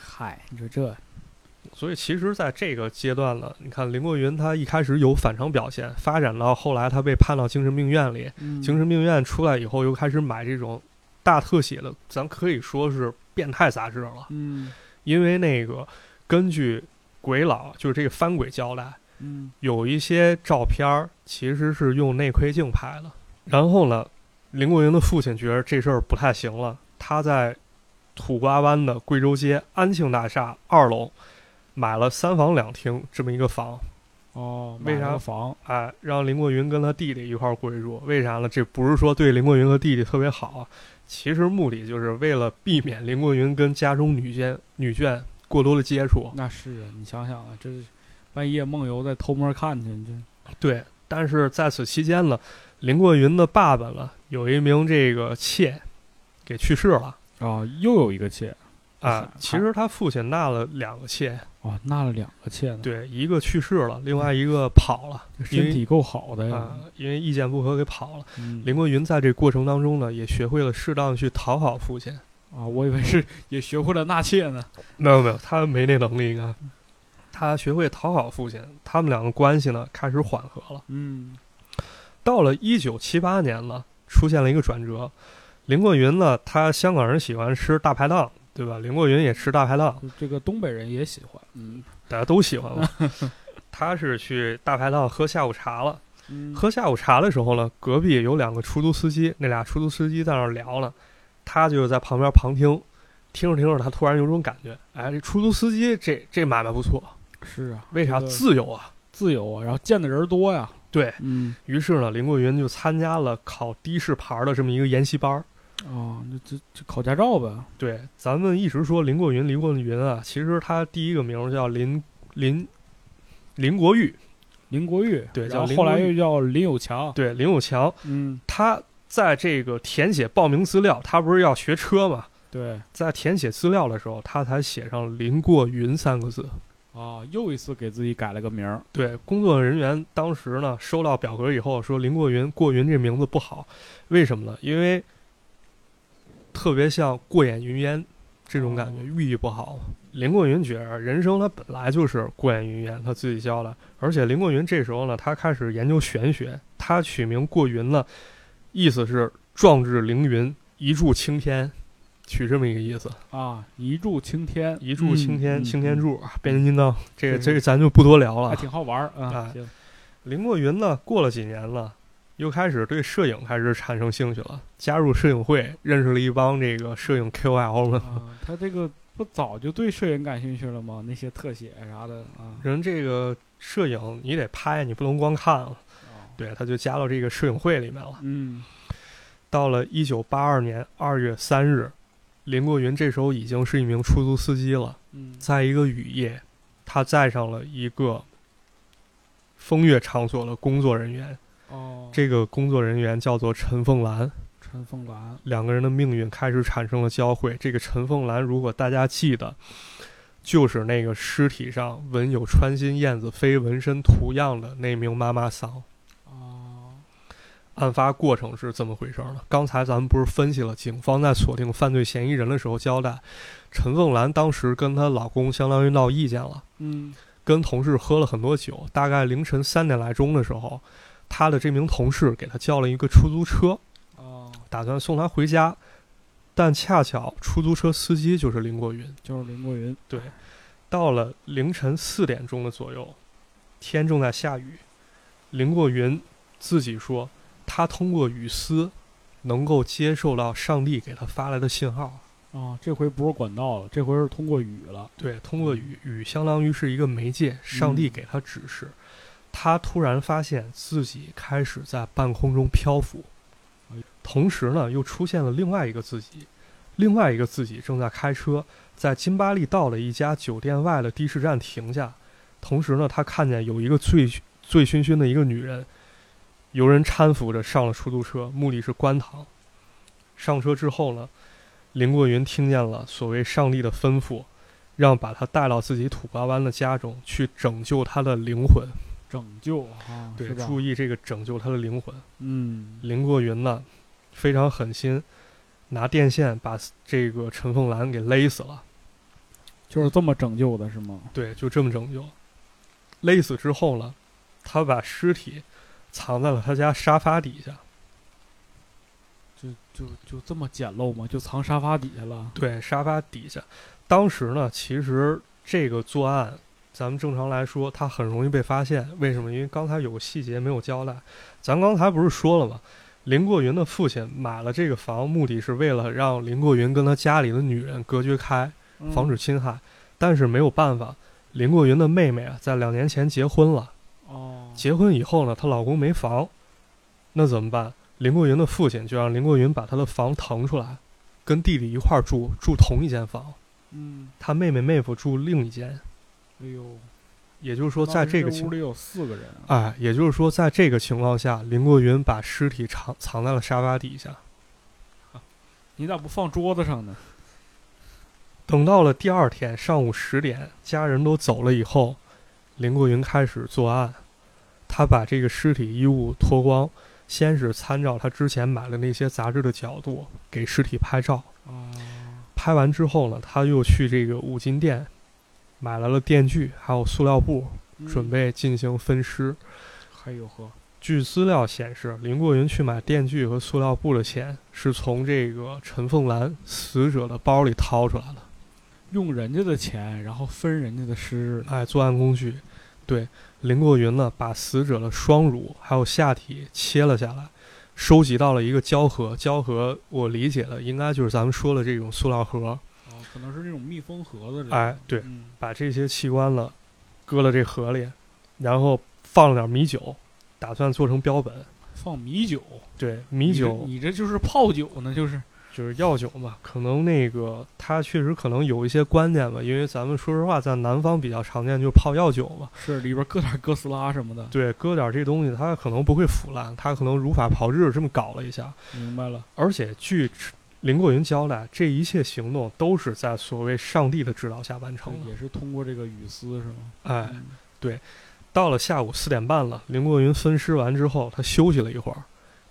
B: 嗨，你说这
A: 所以其实，在这个阶段呢，你看林过云他一开始有反常表现，发展到后来他被判到精神病院里，
B: 嗯
A: 精神病院出来以后，又开始买这种大特写的，咱可以说是变态杂志了。
B: 嗯
A: 因为那个根据鬼佬，就是这个翻鬼交代，
B: 嗯
A: 有一些照片儿其实是用内窥镜拍的。然后呢，林国云的父亲觉得这事儿不太行了，他在土瓜湾的贵州街安庆大厦二楼买了三房两厅这么一个房。
B: 哦，
A: 为
B: 买了
A: 啥
B: 个房？
A: 哎，让林过云跟他弟弟一块儿过去住，为啥呢？这不是说对林过云和弟弟特别好，啊其实目的就是为了避免林过云跟家中女眷女眷过多的接触。
B: 那是啊，你想想啊，这半夜梦游再偷摸看去，你这
A: 对，但是在此期间呢，林过云的爸爸呢，有一名这个妾给去世了
B: 啊又有一个妾
A: 啊
B: 哇塞。
A: 其实他父亲纳了两个妾，
B: 哦，纳了两个妾呢，
A: 对，一个去世了，另外一个跑了，
B: 这
A: 因为
B: 身体够好的呀
A: 啊。，因为意见不合给跑了。
B: 嗯
A: 林过云在这过程当中呢，也学会了适当去讨好父亲。
B: 啊，我以为是也学会了纳妾呢。
A: 没有没有，他没那能力，应该。他学会讨好父亲，他们两个关系呢开始缓和了。
B: 嗯
A: 到了一九七八年呢，出现了一个转折。林过云呢，他香港人喜欢吃大排档，对吧？林过云也吃大排档，
B: 就这个东北人也喜欢，嗯
A: 大家都喜欢嘛。他是去大排档喝下午茶了。
B: 嗯
A: 喝下午茶的时候呢，隔壁有两个出租司机，那俩出租司机在那儿聊呢，他就在旁边旁听，听着听着，他突然有种感觉，哎，这出租司机这这买卖不错，
B: 是啊，
A: 为啥
B: 这个
A: 自由啊？
B: 自由啊，然后见的人多呀，
A: 对
B: 嗯
A: 于是呢，林过云就参加了考的士牌儿的这么一个研习班儿。
B: 哦，那这这考驾照呗，
A: 对，咱们一直说林过云，林过云啊，其实他第一个名儿叫林林林国玉，
B: 林国玉，
A: 对
B: 然
A: 叫
B: 后
A: 林
B: 后来
A: 国玉
B: 又叫林有强，
A: 对林有强，
B: 嗯
A: 他在这个填写报名资料，他不是要学车嘛，
B: 对，
A: 在填写资料的时候，他才写上林过云三个字。
B: 啊，又一次给自己改了个名儿，
A: 对，工作人员当时呢收到表格以后说林过云，过云这名字不好，为什么呢？因为特别像过眼云烟这种感觉，
B: 哦
A: 寓意不好。林过云觉得人生他本来就是过眼云烟，他自己教的。而且林过云这时候呢，他开始研究玄学，他取名过云呢，意思是壮志凌云，一柱擎天。取这么一个意思，
B: 啊，一柱擎天，
A: 一柱擎天，
B: 嗯
A: 擎
B: 嗯
A: 天柱，啊变形金刚，这个
B: 对
A: 这个咱就不多聊
B: 还
A: 了。
B: 挺好玩儿啊。
A: 哎
B: 行，
A: 林过云呢，过了几年了，又开始对摄影开始产生兴趣了，加入摄影会，认识了一帮这个摄影 KOL 们。
B: 啊，他这个不早就对摄影感兴趣了吗？那些特写啥的啊，
A: 人这个摄影你得拍，你不能光看了。
B: 哦
A: 对，他就加到这个摄影会里面了。
B: 嗯，
A: 到了一九八二年二月三日，林过云这时候已经是一名出租司机了。
B: 嗯
A: 在一个雨夜，他载上了一个风月场所的工作人员，
B: 哦，
A: 这个工作人员叫做陈凤兰。
B: 陈凤兰，
A: 两个人的命运开始产生了交汇。这个陈凤兰，如果大家记得，就是那个尸体上纹有穿心燕子飞纹身图样的那名妈妈桑。
B: 哦，
A: 案发过程是怎么回事呢？刚才咱们不是分析了，警方在锁定犯罪嫌疑人的时候交代，陈凤兰当时跟她老公相当于闹意见了，
B: 嗯，
A: 跟同事喝了很多酒，大概凌晨三点来钟的时候，她的这名同事给她叫了一个出租车，
B: 哦，
A: 打算送她回家，但恰巧出租车司机就是林国云。
B: 就是林过云，
A: 对，到了凌晨四点钟的左右，天正在下雨，林过云自己说，他通过雨丝能够接受到上帝给他发来的信号。
B: 啊，这回不是管道了，这回是通过雨了，
A: 对，通过雨，雨相当于是一个媒介，上帝
B: 嗯
A: 给他指示。他突然发现自己开始在半空中漂浮
B: 哎呦，
A: 同时呢，又出现了另外一个自己，另外一个自己正在开车，在金巴利道的一家酒店外的的士站停下。同时呢，他看见有一个醉醉醺醺的一个女人，由人搀扶着上了出租车，目的是观塘。上车之后呢，林过云听见了所谓上帝的吩咐，让把他带到自己土瓜湾的家中去拯救他的灵魂。
B: 拯救啊，
A: 对，
B: 是吧？
A: 注意这个拯救他的灵魂。
B: 嗯，
A: 林过云呢，非常狠心，拿电线把这个陈凤兰给勒死了。
B: 就是这么拯救的是吗？
A: 对，就这么拯救。勒死之后呢，他把尸体藏在了他家沙发底下。
B: 就就就这么简陋吗？就藏沙发底下了？
A: 对，沙发底下。当时呢，其实这个作案，咱们正常来说，它很容易被发现。为什么？因为刚才有个细节没有交代。咱刚才不是说了吗？林过云的父亲买了这个房，目的是为了让林过云跟他家里的女人隔绝开，
B: 嗯
A: 防止侵害。但是没有办法，林过云的妹妹啊，在两年前结婚了。
B: 哦，
A: 结婚以后呢，她老公没房，那怎么办？林过云的父亲就让林过云把他的房腾出来，跟弟弟一块儿住，住同一间房，
B: 嗯，
A: 他妹妹妹夫住另一间。
B: 哎呦，
A: 也就是说，在这个
B: 当时
A: 情
B: 屋里有四个人，啊
A: 哎，也就是说，在这个情况下，林过云把尸体藏藏在了沙发底下。
B: 你咋不放桌子上呢？
A: 等到了第二天上午十点，家人都走了以后，林过云开始作案。他把这个尸体衣物脱光，先是参照他之前买的那些杂志的角度给尸体拍照。
B: 啊，
A: 拍完之后呢，他又去这个五金店买来了电锯，还有塑料布，准备进行分尸。
B: 嗯还有呵，
A: 据资料显示，林过云去买电锯和塑料布的钱是从这个陈凤兰死者的包里掏出来的。
B: 用人家的钱，然后分人家的尸，
A: 哎，作案工具，对，林过云呢，把死者的双乳还有下体切了下来，收集到了一个胶盒。胶盒我理解的应该就是咱们说的这种塑料盒。
B: 哦，可能是那种密封盒子之类的。
A: 哎，对，
B: 嗯，
A: 把这些器官呢，搁了这盒里，然后放了点米酒，打算做成标本。
B: 放米酒，
A: 对，米酒
B: 你这，你这就是泡酒呢，就是
A: 就是药酒嘛，可能那个它确实可能有一些关键吧，因为咱们说实话，在南方比较常见就是泡药酒嘛。
B: 是里边搁点哥斯拉什么的。
A: 对，搁点这东西，它可能不会腐烂，它可能如法炮制这么搞了一下。
B: 明白了，
A: 而且据林过云交代，这一切行动都是在所谓上帝的指导下完
B: 这
A: 成的。
B: 也是通过这个雨丝是吗？
A: 哎，
B: 嗯
A: 到了下午四点半了，林过云分尸完之后，他休息了一会儿，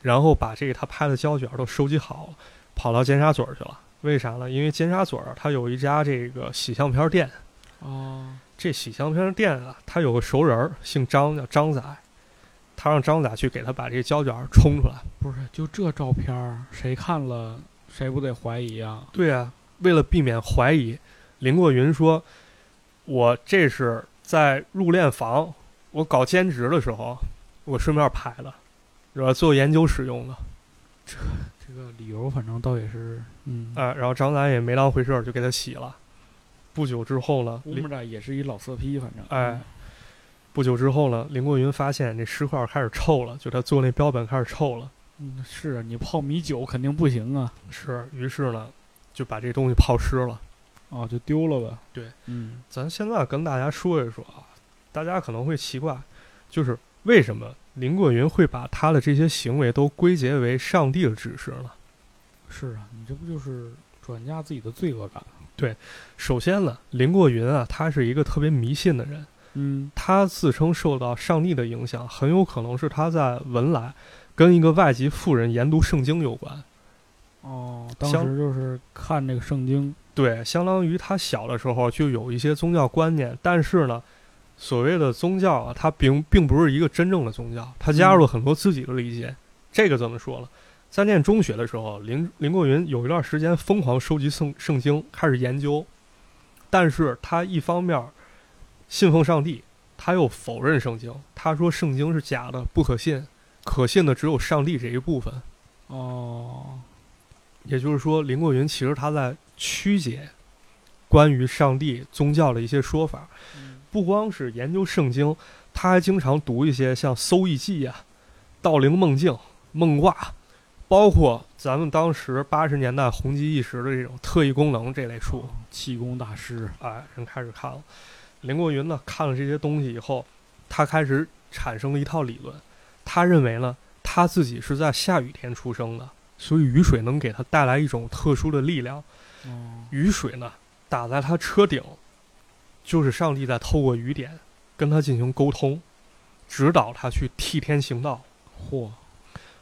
A: 然后把这个他拍的胶卷都收集好了，跑到尖沙咀儿去了。为啥呢？因为尖沙咀儿它有一家这个洗相片店，
B: 哦，
A: 这洗相片店啊，他有个熟人儿，姓张，叫张仔，他让张仔去给他把这胶卷儿冲出来。
B: 不是，就这照片儿，谁看了谁不得怀疑啊？
A: 对啊，为了避免怀疑，林过云说：“我这是在入殓房，我搞兼职的时候，我顺便拍的，然后做研究使用的。
B: 这个理由反正倒也是，嗯，
A: 哎，然后张楠也没当回事儿，就给他洗了。不久之后呢，
B: 乌木的也是一老色批，反正
A: 哎，不久之后呢，林过云发现这尸块开始臭了，就他做那标本开始臭了。
B: 嗯，是啊你泡米酒肯定不行啊，
A: 是，于是呢，就把这东西泡湿了。
B: 哦，就丢了呗。
A: 对，
B: 嗯，
A: 咱现在跟大家说一说啊，大家可能会奇怪，就是为什么林过云会把他的这些行为都归结为上帝的指示呢？
B: 是啊，你这不就是转嫁自己的罪恶感？
A: 首先呢，林过云啊，他是一个特别迷信的人，
B: 嗯，
A: 他自称受到上帝的影响，很有可能是他在文莱跟一个外籍妇人研读圣经有关。
B: 哦，当
A: 相
B: 时就是看这个圣经，
A: 对，相当于他小的时候就有一些宗教观念，但是呢，所谓的宗教啊，它并并不是一个真正的宗教，他加入了很多自己的理解。这个怎么说了？在念中学的时候，林林过云有一段时间疯狂收集圣圣经，开始研究，但是他一方面信奉上帝，他又否认圣经，他说圣经是假的，不可信，可信的只有上帝这一部分。
B: 哦，
A: 也就是说，林过云其实他在曲解关于上帝宗教的一些说法，
B: 嗯
A: 不光是研究圣经，他还经常读一些像《搜异记》啊、《道灵梦境》、《梦卦》，包括咱们当时八十年代红极一时的这种特异功能这类书
B: 哦，气功大师，
A: 哎，人开始看了。林过云呢，看了这些东西以后，他开始产生了一套理论。他认为呢，他自己是在下雨天出生的，所以雨水能给他带来一种特殊的力量。
B: 哦，
A: 雨水呢打在他车顶，就是上帝在透过雨点跟他进行沟通，指导他去替天行道。
B: 嚯，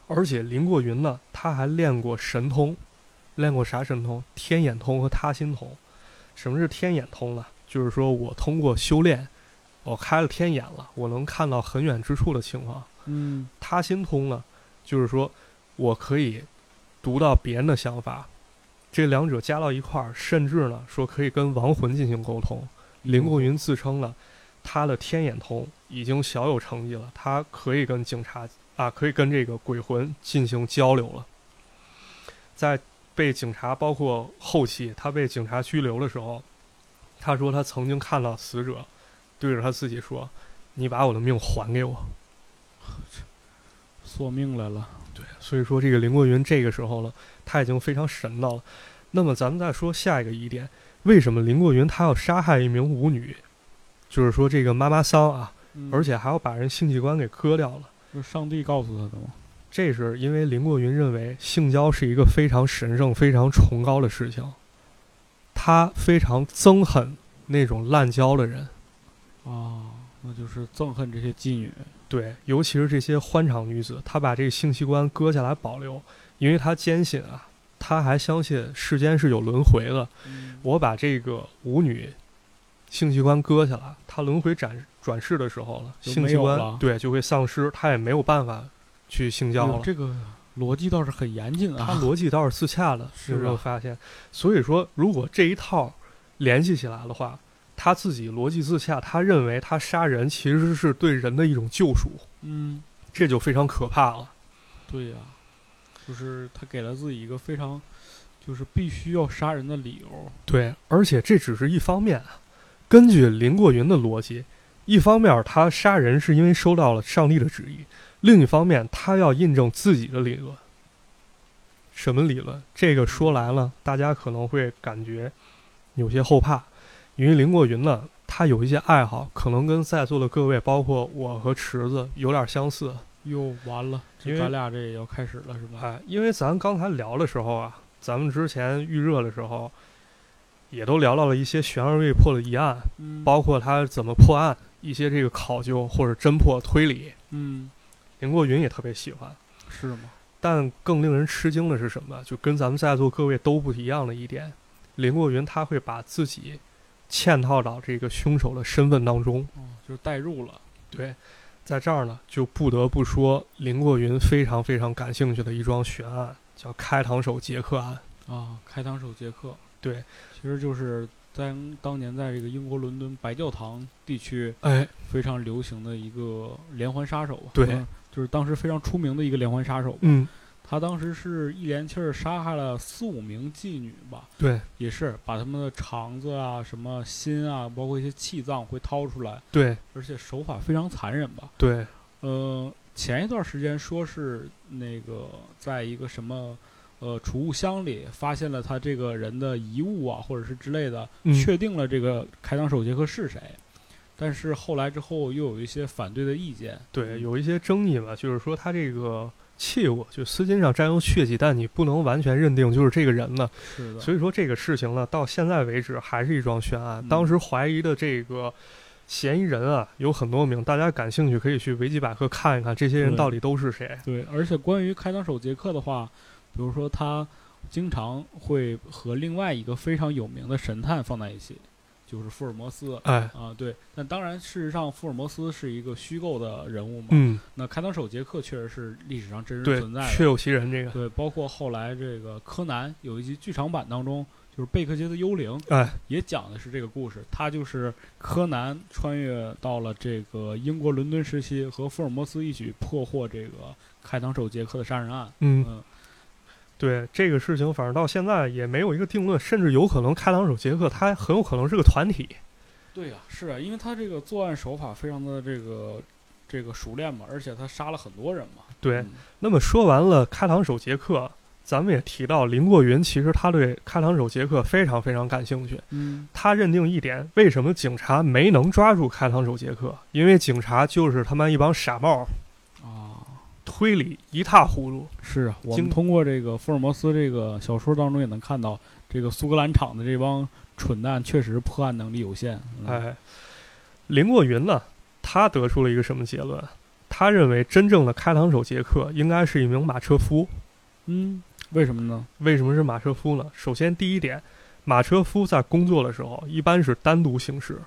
A: 而且林过云呢，他还练过神通，练过啥神通？天眼通和他心通。什么是天眼通呢？就是说我通过修炼，我开了天眼了，我能看到很远之处的情况。
B: 嗯，
A: 他心通呢，就是说我可以读到别人的想法，这两者加到一块儿，甚至呢说可以跟亡魂进行沟通。林过云自称呢，他的天眼通已经小有成绩了，他可以跟警察啊，可以跟这个鬼魂进行交流了。在被警察，包括后期他被警察拘留的时候，他说他曾经看到死者对着他自己说：“你把我的命还给我。”
B: 索命来了，
A: 所以说，这个林过云这个时候呢，他已经非常神到了。那么，咱们再说下一个疑点，为什么林过云他要杀害一名舞女？就是说，这个妈妈桑啊，
B: 嗯
A: 而且还要把人性器官给割掉了。
B: 是上帝告诉他的吗？
A: 这是因为林过云认为性交是一个非常神圣、非常崇高的事情，他非常憎恨那种滥交的人，
B: 啊，那就是憎恨这些妓女，
A: 对，尤其是这些欢场女子，她把这个性器官割下来保留，因为她坚信啊，她还相信世间是有轮回的，
B: 嗯
A: 我把这个舞女性器官割下来，她轮回转转世的时候了，
B: 就
A: 性
B: 没
A: 器
B: 有
A: 官
B: 了
A: 对就会丧失，她也没有办法去性交
B: 哎呦
A: 了。
B: 这个逻辑倒是很严谨
A: 她
B: 啊，
A: 逻辑倒是自洽的，
B: 是
A: 有没有
B: 啊
A: 发现？所以说，如果这一套联系起来的话，她自己逻辑自洽，她认为她杀人其实是对人的一种救赎，
B: 嗯，
A: 这就非常可怕了。
B: 对呀、就是他给了自己一个非常，就是必须要杀人的理由，
A: 对，而且这只是一方面啊。根据林过云的逻辑，一方面他杀人是因为收到了上帝的旨意，另一方面他要印证自己的理论。什么理论？这个说来了，大家可能会感觉有些后怕，因为林过云呢，他有一些爱好，可能跟在座的各位，包括我和池子有点相似。
B: 哟，完了，
A: 因
B: 这
A: 为
B: 咱俩这也要开始了是吧？
A: 哎，因为咱刚才聊的时候啊，咱们之前预热的时候，也都聊到了一些悬而未破的疑案，
B: 嗯，
A: 包括他怎么破案，一些这个考究或者侦破推理，
B: 嗯，
A: 林过云也特别喜欢。
B: 是吗？
A: 但更令人吃惊的是什么？就跟咱们在座各位都不一样的一点，林过云他会把自己嵌套到这个凶手的身份当中。
B: 哦，就是代入了，
A: 对，在这儿呢，就不得不说林过云非常非常感兴趣的一桩悬案，叫开膛手杰克案。
B: 啊、啊，开膛手杰克，
A: 对，
B: 其实就是在当年在这个英国伦敦白教堂地区
A: 哎，
B: 非常流行的一个连环杀手吧，
A: 对
B: 嗯就是当时非常出名的一个连环杀手吧。
A: 嗯，
B: 他当时是一连气儿杀害了四五名妓女吧，
A: 对
B: 也是把他们的肠子啊、什么心啊，包括一些气脏会掏出来，
A: 对
B: 而且手法非常残忍吧。
A: 对，
B: 呃，前一段时间说是那个在一个什么呃储物箱里发现了他这个人的遗物啊，或者是之类的，
A: 嗯
B: 确定了这个开膛手杰克是谁。但是后来之后又有一些反对的意见，
A: 对，有一些争议嘛，就是说他这个器物就丝巾上沾有血迹，但你不能完全认定就是这个人呢。
B: 是的，
A: 所以说这个事情呢，到现在为止还是一桩悬案。
B: 嗯
A: 当时怀疑的这个嫌疑人啊，有很多名，大家感兴趣可以去维基百科看一看，这些人
B: 对嗯
A: 到底都是谁。
B: 对，而且关于开膛手杰克的话，比如说他经常会和另外一个非常有名的神探放在一起，就是福尔摩斯
A: 哎，
B: 啊，对。但当然，事实上福尔摩斯是一个虚构的人物嘛。
A: 嗯，
B: 那开膛手杰克确实是历史上真实
A: 对
B: 存在，
A: 确
B: 的。
A: 有其人这个，
B: 对，包括后来这个柯南有一集剧场版当中，就是贝克街的幽灵，
A: 哎，
B: 也讲的是这个故事。他就是柯南穿越到了这个英国伦敦时期，和福尔摩斯一起破获这个开膛手杰克的杀人案。
A: 嗯，
B: 嗯，
A: 对这个事情，反正到现在也没有一个定论，甚至有可能开膛手杰克他很有可能是个团体。
B: 对呀、是啊，因为他这个作案手法非常的这个这个熟练嘛，而且他杀了很多人嘛。
A: 对，
B: 嗯
A: 那么说完了开膛手杰克，咱们也提到林过云，其实他对开膛手杰克非常非常感兴趣。
B: 嗯，
A: 他认定一点，为什么警察没能抓住开膛手杰克？因为警察就是他妈一帮傻帽，
B: 啊，
A: 推理一塌糊涂。
B: 是啊，我
A: 经
B: 们通过这个福尔摩斯这个小说当中也能看到，这个苏格兰场的这帮蠢蛋确实破案能力有限。嗯、，
A: 哎，林过云呢，他得出了一个什么结论？他认为真正的开膛手杰克应该是一名马车夫。
B: 嗯，为什么呢？
A: 为什么是马车夫呢？首先第一点，马车夫在工作的时候一般是单独行驶，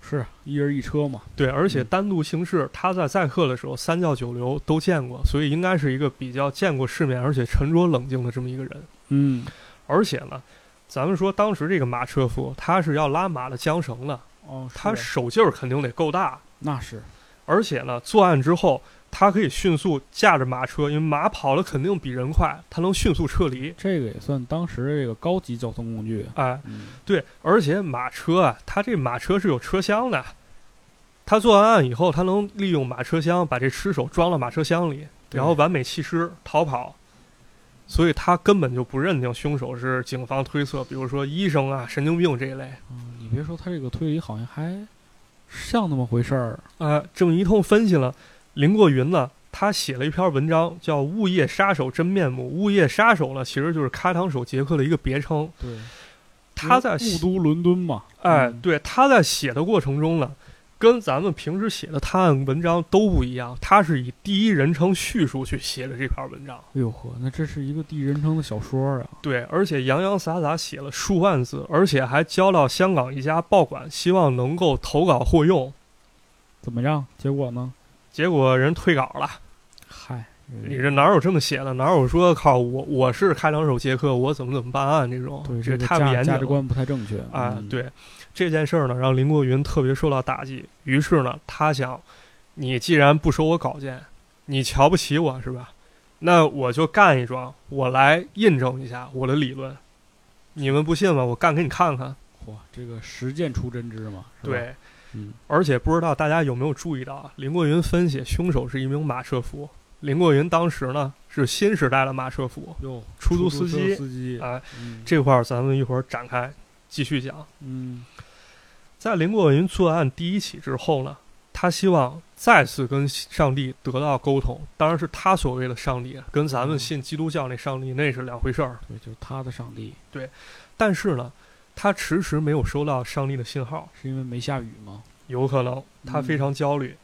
B: 是啊一人一车嘛。
A: 对，而且
B: 嗯
A: 单独行事，他在载客的时候三教九流都见过，所以应该是一个比较见过世面，而且沉着冷静的这么一个人。
B: 嗯，
A: 而且呢，咱们说当时这个马车夫他是要拉马的缰绳的，
B: 哦，是
A: 他
B: 啊
A: 手劲儿肯定得够大，
B: 那是
A: 而且呢，作案之后他可以迅速驾着马车，因为马跑的肯定比人快，他能迅速撤离。
B: 这个也算当时的这个高级交通工具。
A: 哎，
B: 嗯，
A: 对，而且马车啊，他这马车是有车厢的，他做完案以后，他能利用马车厢把这尸首装到马车厢里，
B: 对
A: 然后完美弃尸逃跑。所以他根本就不认定凶手是警方推测，比如说医生啊、神经病这一类。
B: 嗯你别说他这个推理好像还像那么回事儿。
A: 啊，这么一通分析了，林过云呢，他写了一篇文章，叫《物业杀手真面目》。物业杀手呢，其实就是开膛手杰克的一个别称。
B: 对，
A: 他在
B: 雾
A: 写，
B: 都伦敦嘛。
A: 哎，
B: 嗯
A: 对，他在写的过程中呢，跟咱们平时写的探案文章都不一样，他是以第一人称叙述去写的这篇文章。
B: 哎呦呵，那这是一个第一人称的小说啊！
A: 对，而且洋洋洒洒写了数万字，而且还交到香港一家报馆，希望能够投稿获用。
B: 怎么样？结果呢？
A: 结果人退稿了。
B: 嗨，
A: 你这哪有这么写的？哪有说靠我我是开膛手杰克，我怎么怎么办案这种？
B: 对
A: 这
B: 个
A: 太不
B: 价
A: 严
B: 价值
A: 谨了。
B: 观不太正确
A: 啊、
B: 嗯
A: 对这件事儿呢，让林国云特别受到打击。于是呢，他想，你既然不收我稿件，你瞧不起我是吧？那我就干一桩，我来印证一下我的理论。你们不信吗？我干给你看看。
B: 嚯，这个实践出真知嘛，是吧，
A: 对，
B: 嗯，
A: 而且不知道大家有没有注意到啊？林过云分析凶手是一名马车夫。林过云当时呢是新时代的马车夫，
B: 哟，
A: 出租
B: 租
A: 司
B: 车
A: 机
B: 司机，
A: 啊，
B: 嗯
A: 这块儿咱们一会儿展开继续讲。
B: 嗯，
A: 在林过云作案第一起之后呢，他希望再次跟上帝得到沟通，当然是他所谓的上帝，跟咱们信基督教那上帝那是两回事儿。
B: 对，就是他的上帝，
A: 但是呢，他迟迟没有收到上帝的信号，
B: 是因为没下雨吗？
A: 有可能他
B: 嗯
A: 非常焦虑。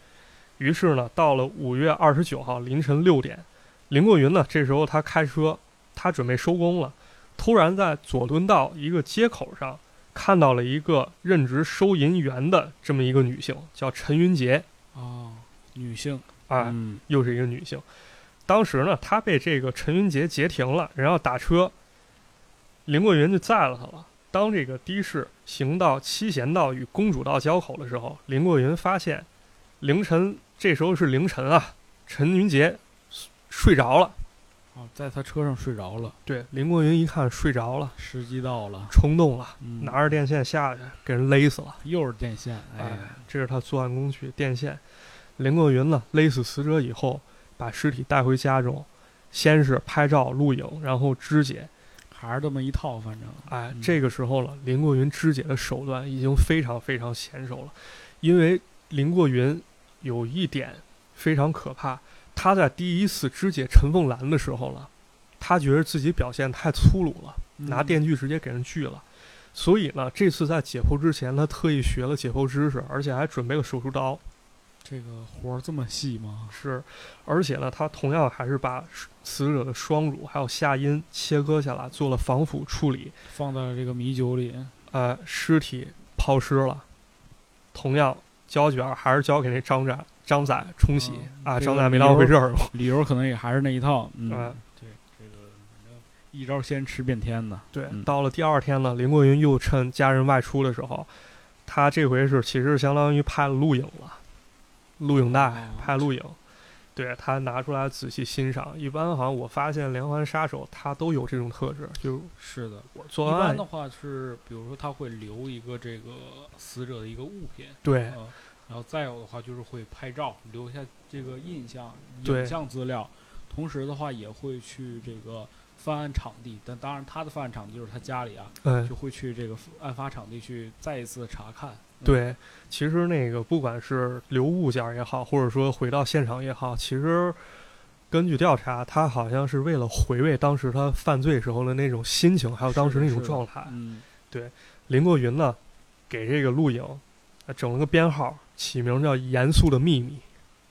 A: 于是呢，到了五月二十九号凌晨六点，林过云呢，这时候他开车，他准备收工了，突然在左敦道一个街口上看到了一个任职收银员的这么一个女性，叫陈云杰，
B: 啊，女性，
A: 啊、
B: 嗯，
A: 又是一个女性。当时呢，她被这个陈云杰截停了，然后打车。林桂云就载了他了。当这个的士行到七贤道与公主道交口的时候，林桂云发现凌晨，这时候是凌晨啊，陈云杰睡着了。
B: 啊，在他车上睡着了，
A: 对，林桂云一看睡着了，
B: 时机到了，
A: 冲动了，
B: 嗯，
A: 拿着电线下去给人勒死了。
B: 又是电线，哎
A: 哎
B: 呀，，
A: 这是他作案工具电线。林桂云呢，勒死死者以后，把尸体带回家中，先是拍照录影，然后肢解。
B: 还是这么一套，反正，
A: 哎
B: 嗯，
A: 这个时候了，林过云肢解的手段已经非常非常娴熟了，因为林过云有一点非常可怕，他在第一次肢解陈凤兰的时候了，他觉得自己表现太粗鲁了，拿
B: 嗯
A: 电锯直接给人锯了。所以呢，这次在解剖之前，他特意学了解剖知识，而且还准备了手术刀。
B: 这个活儿这么细吗？
A: 是，而且呢，他同样还是把死者的双乳还有下阴切割下来，做了防腐处理。
B: 放到这个米酒里，
A: 呃，尸体抛尸了，同样胶卷还是交给那张仔张仔冲洗、
B: 啊
A: 啊，
B: 这
A: 张
B: 个
A: 仔没
B: 理
A: 当
B: 由
A: 回事儿，
B: 理由可能也还是那一套，嗯，
A: 哎
B: 对，这个反正一招先吃遍天呐，
A: 对，
B: 嗯
A: 到了第二天呢，林过云又趁家人外出的时候，他这回是其实相当于拍了录影了，录影带
B: 哦
A: 拍录影，对他拿出来仔细欣赏。一般好像我发现连环杀手他都有这种特质，就是
B: 是的，
A: 我
B: 一
A: 作
B: 般
A: 案
B: 的话是，比如说他会留一个这个死者的一个物品，
A: 对
B: 嗯，然后再有的话就是会拍照，留下这个印象、
A: 对
B: 影像资料，同时的话也会去这个犯案场地，但当然他的犯案场地就是他家里啊，
A: 嗯
B: 就会去这个案发场地去再一次查看。嗯，
A: 对，其实那个不管是留物件儿也好，或者说回到现场也好，其实根据调查，他好像是为了回味当时他犯罪时候的那种心情，还有当
B: 是
A: 时
B: 的
A: 那种
B: 是的
A: 状态。
B: 嗯，
A: 林过云呢，给这个录影呃整了个编号，起名叫《严肃的秘密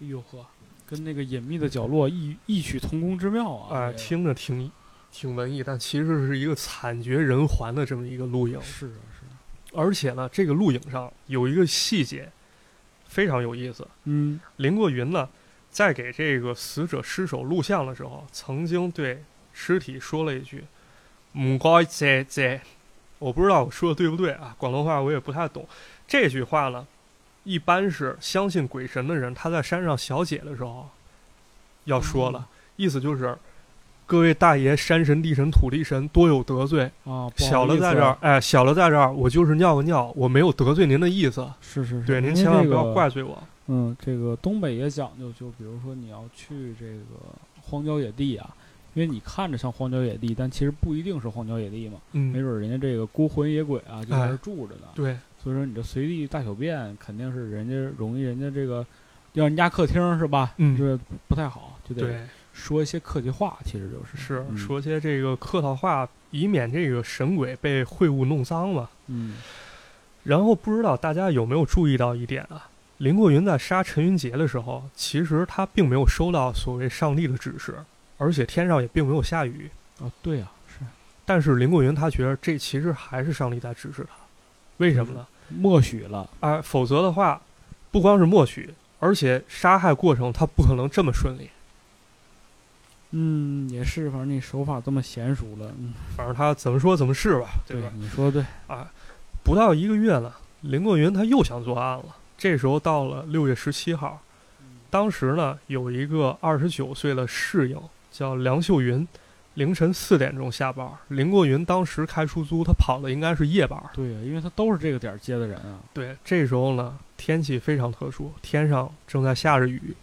B: 哎呦呵，跟那个隐秘的角落异异曲同工之妙》啊！
A: 啊、
B: 这个
A: 听着挺挺文艺，但其实是一个惨绝人寰的这么一个录影。
B: 是啊是啊，
A: 而且呢，这个录影上有一个细节非常有意思，
B: 嗯，
A: 林过云呢，在给这个死者尸首录像的时候，曾经对尸体说了一句“唔该姐姐”，我不知道我说的对不对啊，广东话我也不太懂。这句话呢，一般是相信鬼神的人，他在山上小解的时候要说
B: 哦
A: 了，意思就是各位大爷、山神、地神、土地神多有得罪，
B: 啊，不好
A: 小了
B: 意思
A: 在这儿
B: 啊，，
A: 哎，小了在这儿，我就是尿个尿，我没有得罪您的意思，
B: 是是是，
A: 对，您
B: 因为
A: 千万
B: 这
A: 不要
B: 个
A: 怪罪我。
B: 嗯，这个东北也讲究，就比如说你要去这个荒郊野地啊，因为你看着像荒郊野地，但其实不一定是荒郊野地嘛，
A: 嗯，哎
B: 没准儿人家这个孤魂野鬼啊就在这儿住着呢。
A: 对，
B: 所以说你这随地大小便，肯定是人家容易人家这个要人家客厅是吧？
A: 嗯
B: 这不太好，就得
A: 对。
B: 说一些客气话，其实就是
A: 是
B: 嗯
A: 说些这个客套话，以免这个神鬼被秽物弄脏嘛。
B: 嗯
A: 然后不知道大家有没有注意到一点啊？林过云在杀陈云杰的时候，其实他并没有收到所谓上帝的指示，而且天上也并没有下雨。
B: 啊，对啊，是
A: 但是林过云他觉得这其实还是上帝在指示他，为什么呢？
B: 默许了，
A: 啊，否则的话，不光是默许，而且杀害过程他不可能这么顺利。
B: 嗯，也是，反正你手法这么娴熟了，嗯，
A: 反正他怎么说怎么是吧，对
B: 对
A: 吧？
B: 你说得对，
A: 啊，不到一个月呢，林过云他又想作案了。这时候到了六月十七号，当时呢有一个二十九岁的侍应叫梁秀云，凌晨四点钟下班。林过云当时开出租，他跑的应该是夜班。
B: 对啊，因为他都是这个点儿接的人啊，
A: 对，这时候呢天气非常特殊，天上正在下着雨。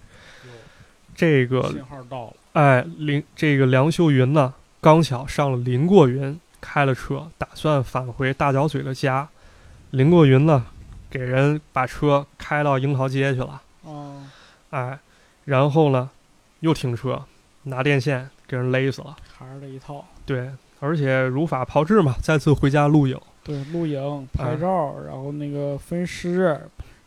A: 这个
B: 信号到了。
A: 哎，林这个梁秀云呢，刚巧上了林过云开了车，打算返回大脚嘴的家。林过云呢，给人把车开到樱桃街去了，
B: 哦，
A: 哎，然后呢，又停车，拿电线给人勒死了。
B: 还是这一套。
A: 对，而且如法炮制嘛，再次回家录影。
B: 对，录影、拍
A: 哎
B: 照，然后那个分尸，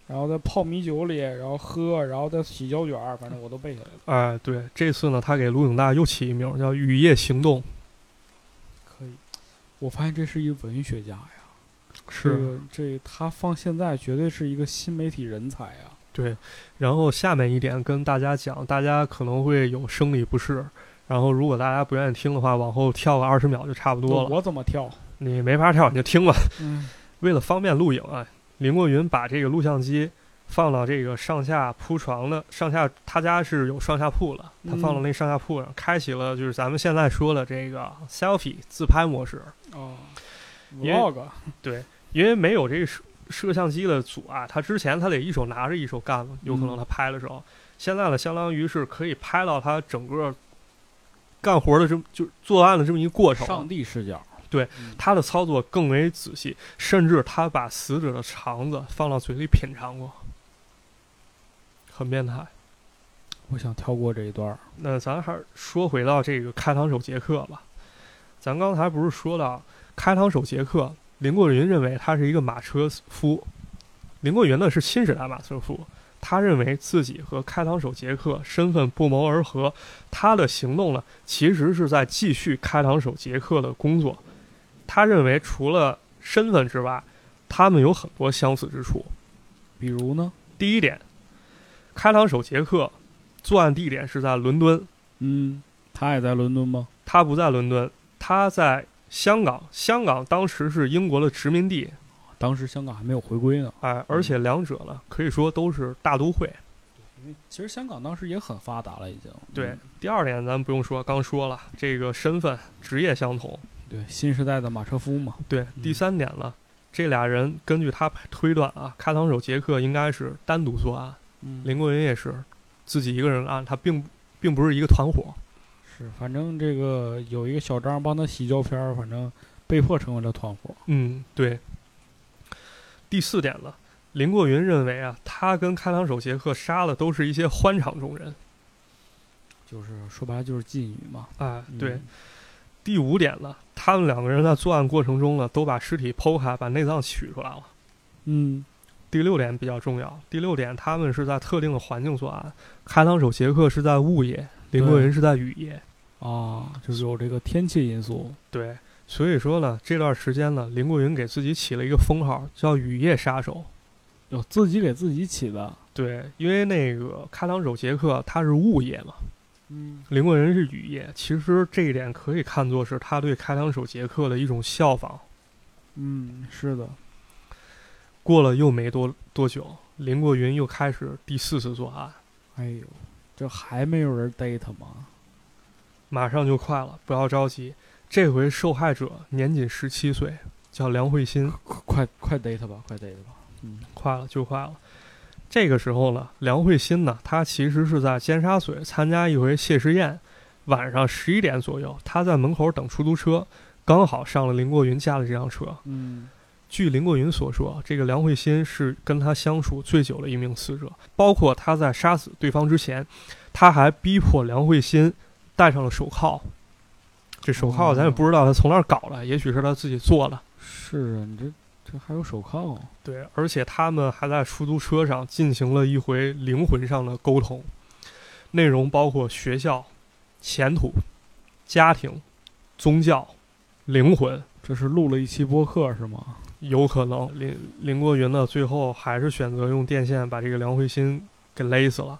B: 然后再泡米酒里，然后喝，然后再洗胶卷儿，反正我都背下来了。
A: 哎，对，这次呢，他给录影带又起一名叫《雨夜行动》，
B: 可以，我发现这是一文学家呀，这
A: 是
B: 个这他放现在绝对是一个新媒体人才啊。
A: 对。然后下面一点跟大家讲，大家可能会有生理不适，然后如果大家不愿意听的话，往后跳个二十秒就差不多了。
B: 我怎么跳？
A: 你没法跳，你就听吧。
B: 嗯
A: 为了方便录影啊，林过云把这个录像机放到这个上下铺床的上下，他家是有上下铺了，他放到那上下铺上，开启了就是咱们现在说的这个 selfie 自拍模式。
B: 哦
A: 因为
B: ，vlog 啊
A: 因为没有这个摄摄像机的阻碍，他之前他得一手拿着一手干嘛，有可能他拍的时候，现在呢，相当于是可以拍到他整个干活的这么就作案的这么一个过程。
B: 上帝视角。
D: 嗯
A: 他的操作更为仔细，甚至他把死者的肠子放到嘴里品尝过，很变态。
B: 我想跳过这一段儿。
A: 那咱还是说回到这个开膛手杰克吧。咱刚才不是说到开膛手杰克，林过云认为他是一个马车夫，林过云呢是新时代马车夫，他认为自己和开膛手杰克身份不谋而合，他的行动呢其实是在继续开膛手杰克的工作。他认为除了身份之外，他们有很多相似之处。
B: 比如呢？
A: 第一点，开膛手杰克作案地点是在伦敦，
B: 嗯，他也在伦敦吗？
A: 他不在伦敦，他在香港。香港当时是英国的殖民地，
B: 当时香港还没有回归呢。
A: 哎，而
B: 嗯
A: 且两者呢，可以说都是大都会。
B: 因为其实香港当时也很发达了，已经。
A: 对
B: 嗯，
A: 第二点咱不用说，刚说了这个身份、职业相同。
B: 对，新时代的马车夫嘛。
A: 对，第三点呢，这俩人根据他推断啊，开膛手杰克应该是单独作案，
B: 嗯，
A: 林国云也是自己一个人案，他并并不是一个团伙。
B: 是，反正这个有一个小张帮他洗胶片儿，反正被迫成为了团伙。
A: 嗯，对。第四点呢，林过云认为啊，他跟开膛手杰克杀的都是一些欢场中人。
B: 就是说白了就是妓女嘛。
A: 哎，
B: 嗯
A: 对。，第五点呢，他们两个人在作案过程中呢，都把尸体剖开，把内脏取出来了。
B: 嗯，
A: 第六点比较重要。第六点，他们是在特定的环境作案。开膛手杰克是在雾夜，林过云是在雨夜。
B: 啊，就是有这个天气因素。
A: 对，所以说呢，这段时间呢，林过云给自己起了一个封号，叫“雨夜杀手
B: 有自己给自己起的。”。
A: 对，因为那个开膛手杰克他是雾夜嘛，
B: 嗯，
A: 林过云是雨夜。其实这一点可以看作是他对开膛手杰克的一种效仿。
B: 嗯，是的，
A: 过了又没多多久，林过云又开始第四次作案，
B: 哎呦，这还没有人逮他吗？
A: 马上就快了，不要着急。这回受害者年仅十七岁，叫梁慧欣，
B: 快快快逮他吧，快逮他吧！嗯
A: 快了就快了。这个时候呢，梁慧欣呢，她其实是在尖沙咀参加一回谢师宴，晚上十一点左右，她在门口等出租车，刚好上了林过云家的这辆车。
B: 嗯，
A: 据林过云所说，啊这个梁慧欣是跟他相处最久的一名死者，包括他在杀死对方之前，他还逼迫梁慧欣戴上了手铐。这手铐咱也不知道他从哪儿搞的，也许是他自己做的。
B: 是啊，你这这还有手铐，啊
A: 对，而且他们还在出租车上进行了一回灵魂上的沟通，内容包括学校、前途、家庭、宗教、灵魂。
B: 这是录了一期播客是吗？
A: 有可能林林国云呢，最后还是选择用电线把这个梁慧欣给勒死了。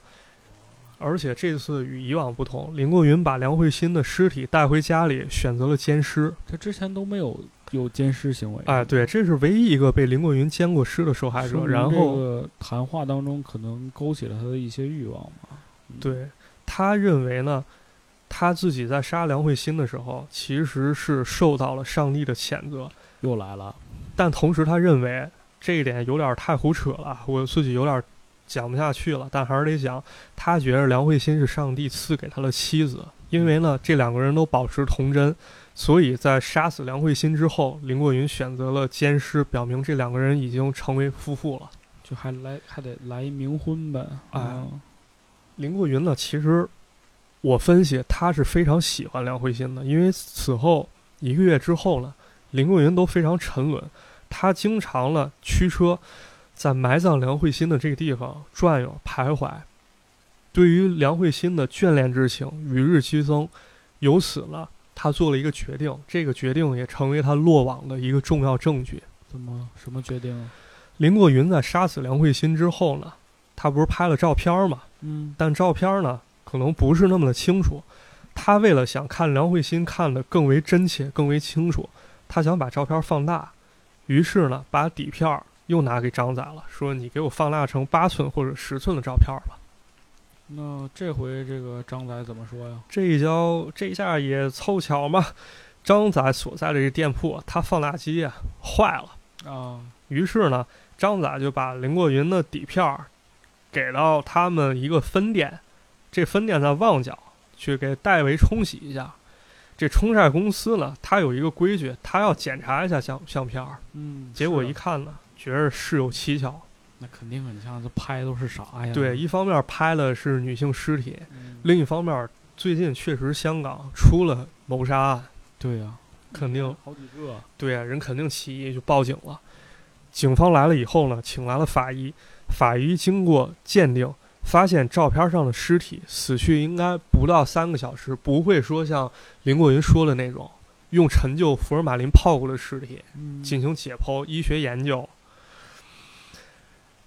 A: 而且这次与以往不同，林国云把梁慧欣的尸体带回家里，选择了奸尸。
B: 他之前都没有有奸尸行为。
A: 哎，对，这是唯一一个被林国云奸过尸的受害
B: 说
A: 者。
B: 明
A: 然
B: 这
A: 后，
B: 个谈话当中可能勾起了他的一些欲望嘛。嗯，
A: 对他认为呢，他自己在杀梁慧欣的时候，其实是受到了上帝的谴责。
B: 又来了。
A: 但同时他认为这一点有点太胡扯了，我自己有点讲不下去了，但还是得讲。他觉得梁慧欣是上帝赐给他的妻子，因为呢，这两个人都保持童真，所以在杀死梁慧欣之后，林过云选择了奸尸，表明这两个人已经成为夫妇了。
B: 就还来还得来一冥婚呗，
A: 哎
B: 嗯
A: 林过云呢，其实我分析他是非常喜欢梁慧欣的，因为此后一个月之后呢，林过云都非常沉沦，他经常呢驱车在埋葬梁慧欣的这个地方转悠徘徊，对于梁慧欣的眷恋之情与日俱增，由此呢，他做了一个决定，这个决定也成为他落网的一个重要证据。
B: 怎么什么决定啊？
A: 林过云在杀死梁慧欣之后呢，他不是拍了照片儿吗？
B: 嗯，
A: 但照片呢，可能不是那么的清楚。他为了想看梁慧欣看得更为真切、更为清楚，他想把照片放大，于是呢，把底片儿又拿给张仔了，说：“你给我放大成八寸或者十寸的照片吧。
B: 那这回这个张仔怎么说呀？”
A: 这一跤，这一下也凑巧嘛，张仔所在的这店铺，他放大机啊坏了，
B: 啊，
A: 于是呢，张仔就把林过云的底片儿给到他们一个分店，这分店在旺角，去给代为冲洗一下。这冲晒公司呢，它有一个规矩，它要检查一下相相片儿。
B: 嗯，
A: 结果
B: 是
A: 一
B: 啊
A: 看呢，觉着事有蹊跷。
B: 那肯定很像，这拍都是啥呀？
A: 对，，一方面拍的是女性尸体，
B: 嗯、
A: 另一方面最近确实香港出了谋杀案，
B: 对呀、
A: 肯定
B: 好几个，
A: 对啊，人肯定起义就报警了。警方来了以后呢，请来了法医，法医经过鉴定，发现照片上的尸体死去应该不到三个小时，不会说像林过云说的那种用陈旧福尔马林泡过的尸体
B: 嗯
A: 进行解剖、医学研究。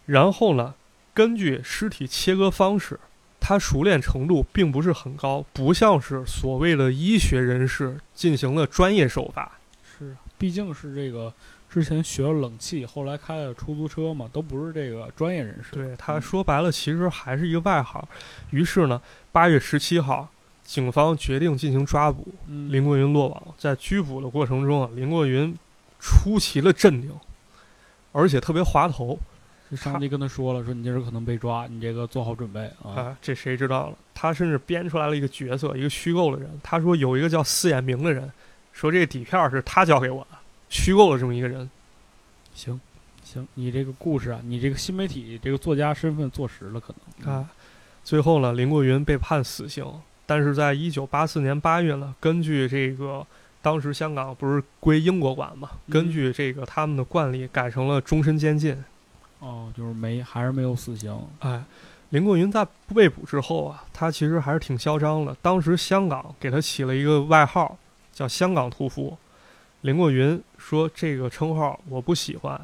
A: 然后呢，根据尸体切割方式，它熟练程度并不是很高，不像是所谓的医学人士进行了专业手法。
B: 是啊，毕竟是这个之前学了冷气，后来开了出租车嘛，都不是这个专业人士。
A: 对他
B: 嗯
A: 说白了，其实还是一个外行。于是呢，八月十七号，警方决定进行抓捕，
B: 嗯，
A: 林国云落网。在拘捕的过程中啊，林国云出奇的镇定，而且特别滑头
B: 就上帝跟他说了，说你这人可能被抓，你这个做好准备啊。
A: 啊，这谁知道了？他甚至编出来了一个角色，一个虚构的人。他说有一个叫四眼明的人，说这底片儿是他交给我的，虚构了这么一个人。
B: 行，行，你这个故事啊，你这个新媒体这个作家身份坐实了，可能
A: 啊，最后呢，林过云被判死刑，但是在一九八四年八月呢，根据这个当时香港不是归英国管嘛，
B: 嗯
A: 根据这个他们的惯例改成了终身监禁。
B: 哦，就是没还是没有死刑。
A: 哎，林过云在被捕之后啊，他其实还是挺嚣张的。当时香港给他起了一个外号，叫“香港屠夫”。林过云说：“这个称号我不喜欢，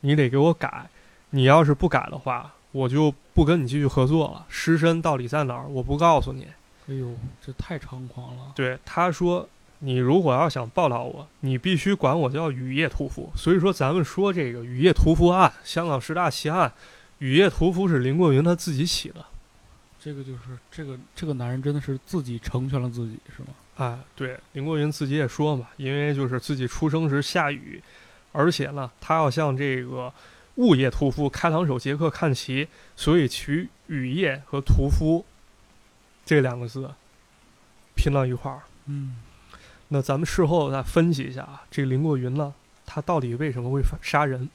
A: 你得给我改。你要是不改的话，我就不跟你继续合作了。尸身到底在哪儿，我不告诉你。
B: 哎呦，这太猖狂了。
A: 对，他说你如果要想报道我，你必须管我叫雨夜屠夫。所以说，咱们说这个雨夜屠夫案，香港十大奇案，雨夜屠夫是林过云他自己起的。
B: 这个就是这个这个男人真的是自己成全了自己，是吗？
A: 哎，对，林过云自己也说嘛，因为就是自己出生时下雨，而且呢，他要向这个雾夜屠夫开膛手杰克看齐，所以取雨夜和屠夫这两个字拼到一块儿。
B: 嗯，
A: 那咱们事后再分析一下啊，这林过云呢，他到底为什么会犯杀人？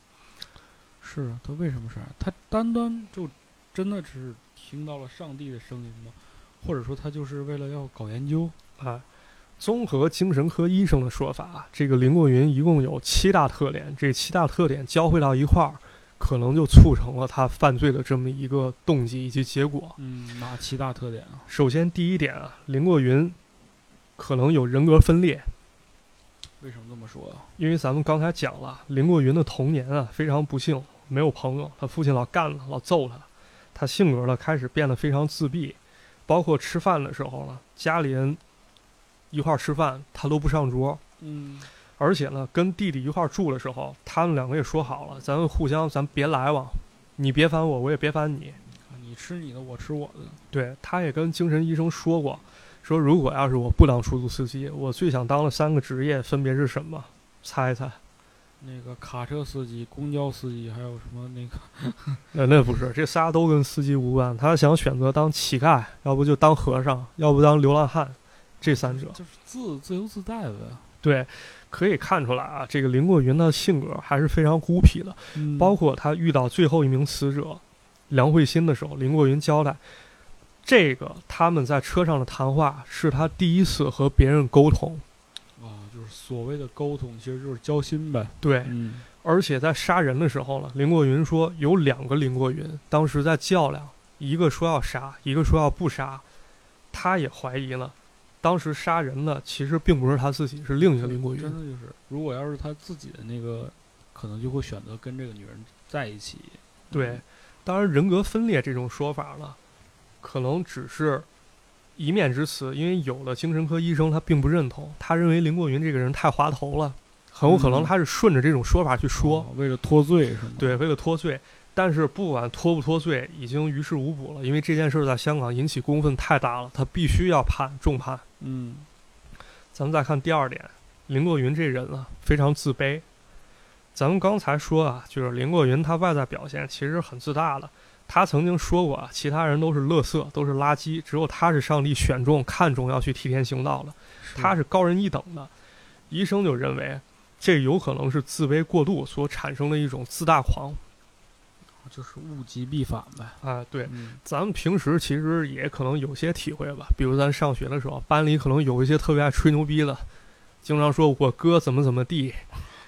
B: 是啊，他为什么是啊他单单就真的是听到了上帝的声音吗？或者说他就是为了要搞研究？
A: 啊，综合精神科医生的说法啊，这个林过云一共有七大特点，这七大特点交汇到一块儿，可能就促成了他犯罪的这么一个动机以及结果。
B: 嗯，哪七大特点啊？
A: 首先，第一点啊，林过云可能有人格分裂，
B: 为什么这么说啊？
A: 因为咱们刚才讲了，林过云的童年啊非常不幸，没有朋友，他父亲老干他，老揍他，他性格呢开始变得非常自闭，包括吃饭的时候呢，家里人一块儿吃饭他都不上桌，
B: 嗯，
A: 而且呢跟弟弟一块儿住的时候，他们两个也说好了，咱们互相咱别来往，你别烦我，我也别烦你。
B: 你吃你的，我吃我的。
A: 对，他也跟精神医生说过，说如果要是我不当出租司机，我最想当的三个职业分别是什么？猜一猜。
B: 那个卡车司机、公交司机，还有什么那个？
A: 那那不是，这仨都跟司机无关。他想选择当乞丐，要不就当和尚，要不当流浪汉，这三者。
B: 就是自自由自在呗。
A: 对，可以看出来啊，这个林过云的性格还是非常孤僻的。
B: 嗯
A: 包括他遇到最后一名死者梁慧欣的时候，林过云交代，这个他们在车上的谈话是他第一次和别人沟通。
B: 啊，就是所谓的沟通，其实就是交心呗。
A: 对，
B: 嗯，
A: 而且在杀人的时候呢，林过云说有两个林过云，当时在较量，一个说要杀，一个说要不杀，他也怀疑了，当时杀人的其实并不是他自己，是另一个林过
B: 真
A: 云。
B: 的就是，如果要是他自己的那个，可能就会选择跟这个女人在一起。
A: 对，当然人格分裂这种说法呢，可能只是一面之词，因为有的精神科医生他并不认同，他认为林过云这个人太滑头了，很有可能
B: 嗯
A: 他是顺着这种说法去说，
B: 哦为了脱罪是吗？，
A: 对，为了脱罪。但是不管脱不脱罪，已经于事无补了，因为这件事儿在香港引起公愤太大了，他必须要判重判。
B: 嗯
A: 咱们再看第二点，林过云这人啊，非常自卑。咱们刚才说啊，就是林过云他外在表现其实很自大的。他曾经说过啊，其他人都是垃圾，都是垃圾，只有他是上帝选中、看中要去替天行道的，他是高人一等的。医生就认为，这有可能是自卑过度所产生的一种自大狂
B: 啊就是物极必反呗。
A: 啊。对，
B: 嗯
A: 咱们平时其实也可能有些体会吧，比如咱上学的时候，班里可能有一些特别爱吹牛逼的，经常说我哥怎么怎么地，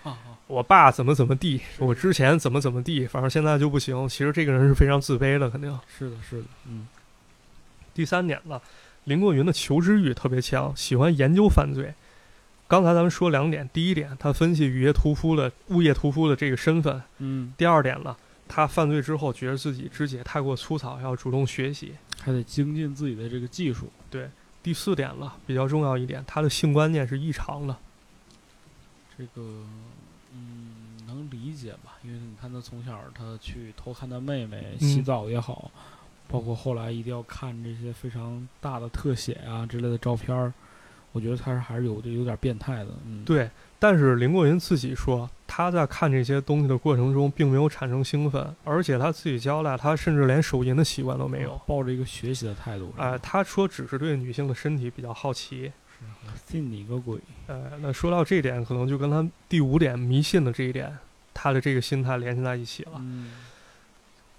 B: 啊，
A: 我爸怎么怎么地，我之前怎么怎么地，反正现在就不行。其实这个人是非常自卑的，肯定。
B: 是的，是的，嗯
A: 第三点呢，林过云的求知欲特别强，喜欢研究犯罪。刚才咱们说两点，第一点，他分析雨夜屠夫的物业屠夫的这个身份；
B: 嗯，
A: 第二点呢，他犯罪之后觉得自己肢解太过粗糙，要主动学习。
B: 还得精进自己的这个技术。
A: 第四点了，比较重要一点，他的性观念是异常的。
B: 这个，嗯，能理解吧？因为你看他从小他去偷看他妹妹洗
A: 嗯
B: 澡也好，包括后来一定要看这些非常大的特写啊之类的照片儿，我觉得他是还是有的有点变态的。嗯，，
A: 对，但是林过云自己说，他在看这些东西的过程中，并没有产生兴奋，而且他自己交代，他甚至连手淫的习惯都没有。
B: 抱着一个学习的态度。
A: 呃，他说只是对女性的身体比较好奇。
B: 信你个鬼！
A: 呃，那说到这一点，可能就跟他第五点迷信的这一点，他的这个心态联系在一起了。
B: 嗯，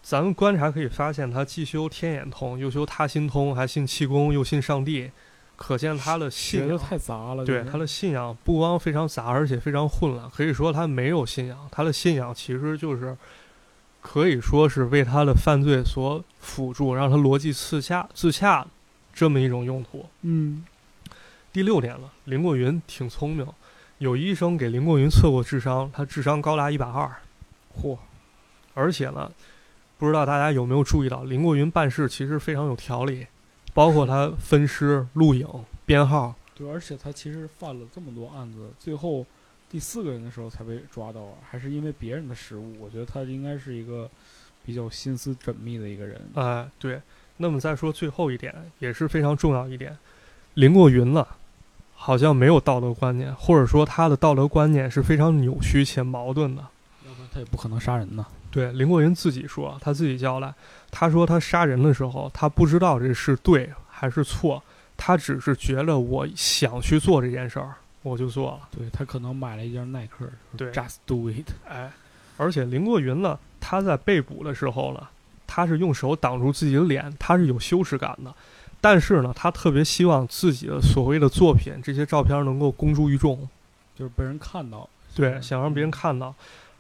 A: 咱们观察可以发现，他既修天眼通，又修他心通，还信气功，又信上帝，可见他的
B: 学
A: 信
B: 的
A: 仰
B: 太杂了。
A: 对
B: 就是
A: 他的信仰不光非常杂，而且非常混乱，可以说他没有信仰。他的信仰其实就是可以说是为他的犯罪所辅助，让他逻辑自洽自洽这么一种用途。
B: 嗯，
A: 第六点了，林过云挺聪明，有医生给林过云测过智商，他智商高达一百二，
B: 嚯，
A: 而且呢，不知道大家有没有注意到，林过云办事其实非常有条理，包括他分尸、录影、编号，
B: 对，而且他其实犯了这么多案子，最后第四个人的时候才被抓到啊，还是因为别人的失误。我觉得他应该是一个比较心思缜密的一个人。
A: 哎，对。那么再说最后一点，也是非常重要一点，林过云了，好像没有道德观念，或者说他的道德观念是非常扭曲且矛盾的。
B: 要不然他也不可能杀人呐。
A: 对，林过云自己说，他自己交代，他说他杀人的时候，他不知道这是对还是错，他只是觉得我想去做这件事儿，我就做了。
B: 对他可能买了一件耐克
A: 对，
B: ，Just Do It。
A: 哎，而且林过云呢，他在被捕的时候呢，他是用手挡住自己的脸，他是有羞耻感的。但是呢，他特别希望自己的所谓的作品，这些照片能够公诸于众，
B: 就是被人看到，嗯
A: 对，想让别人看到。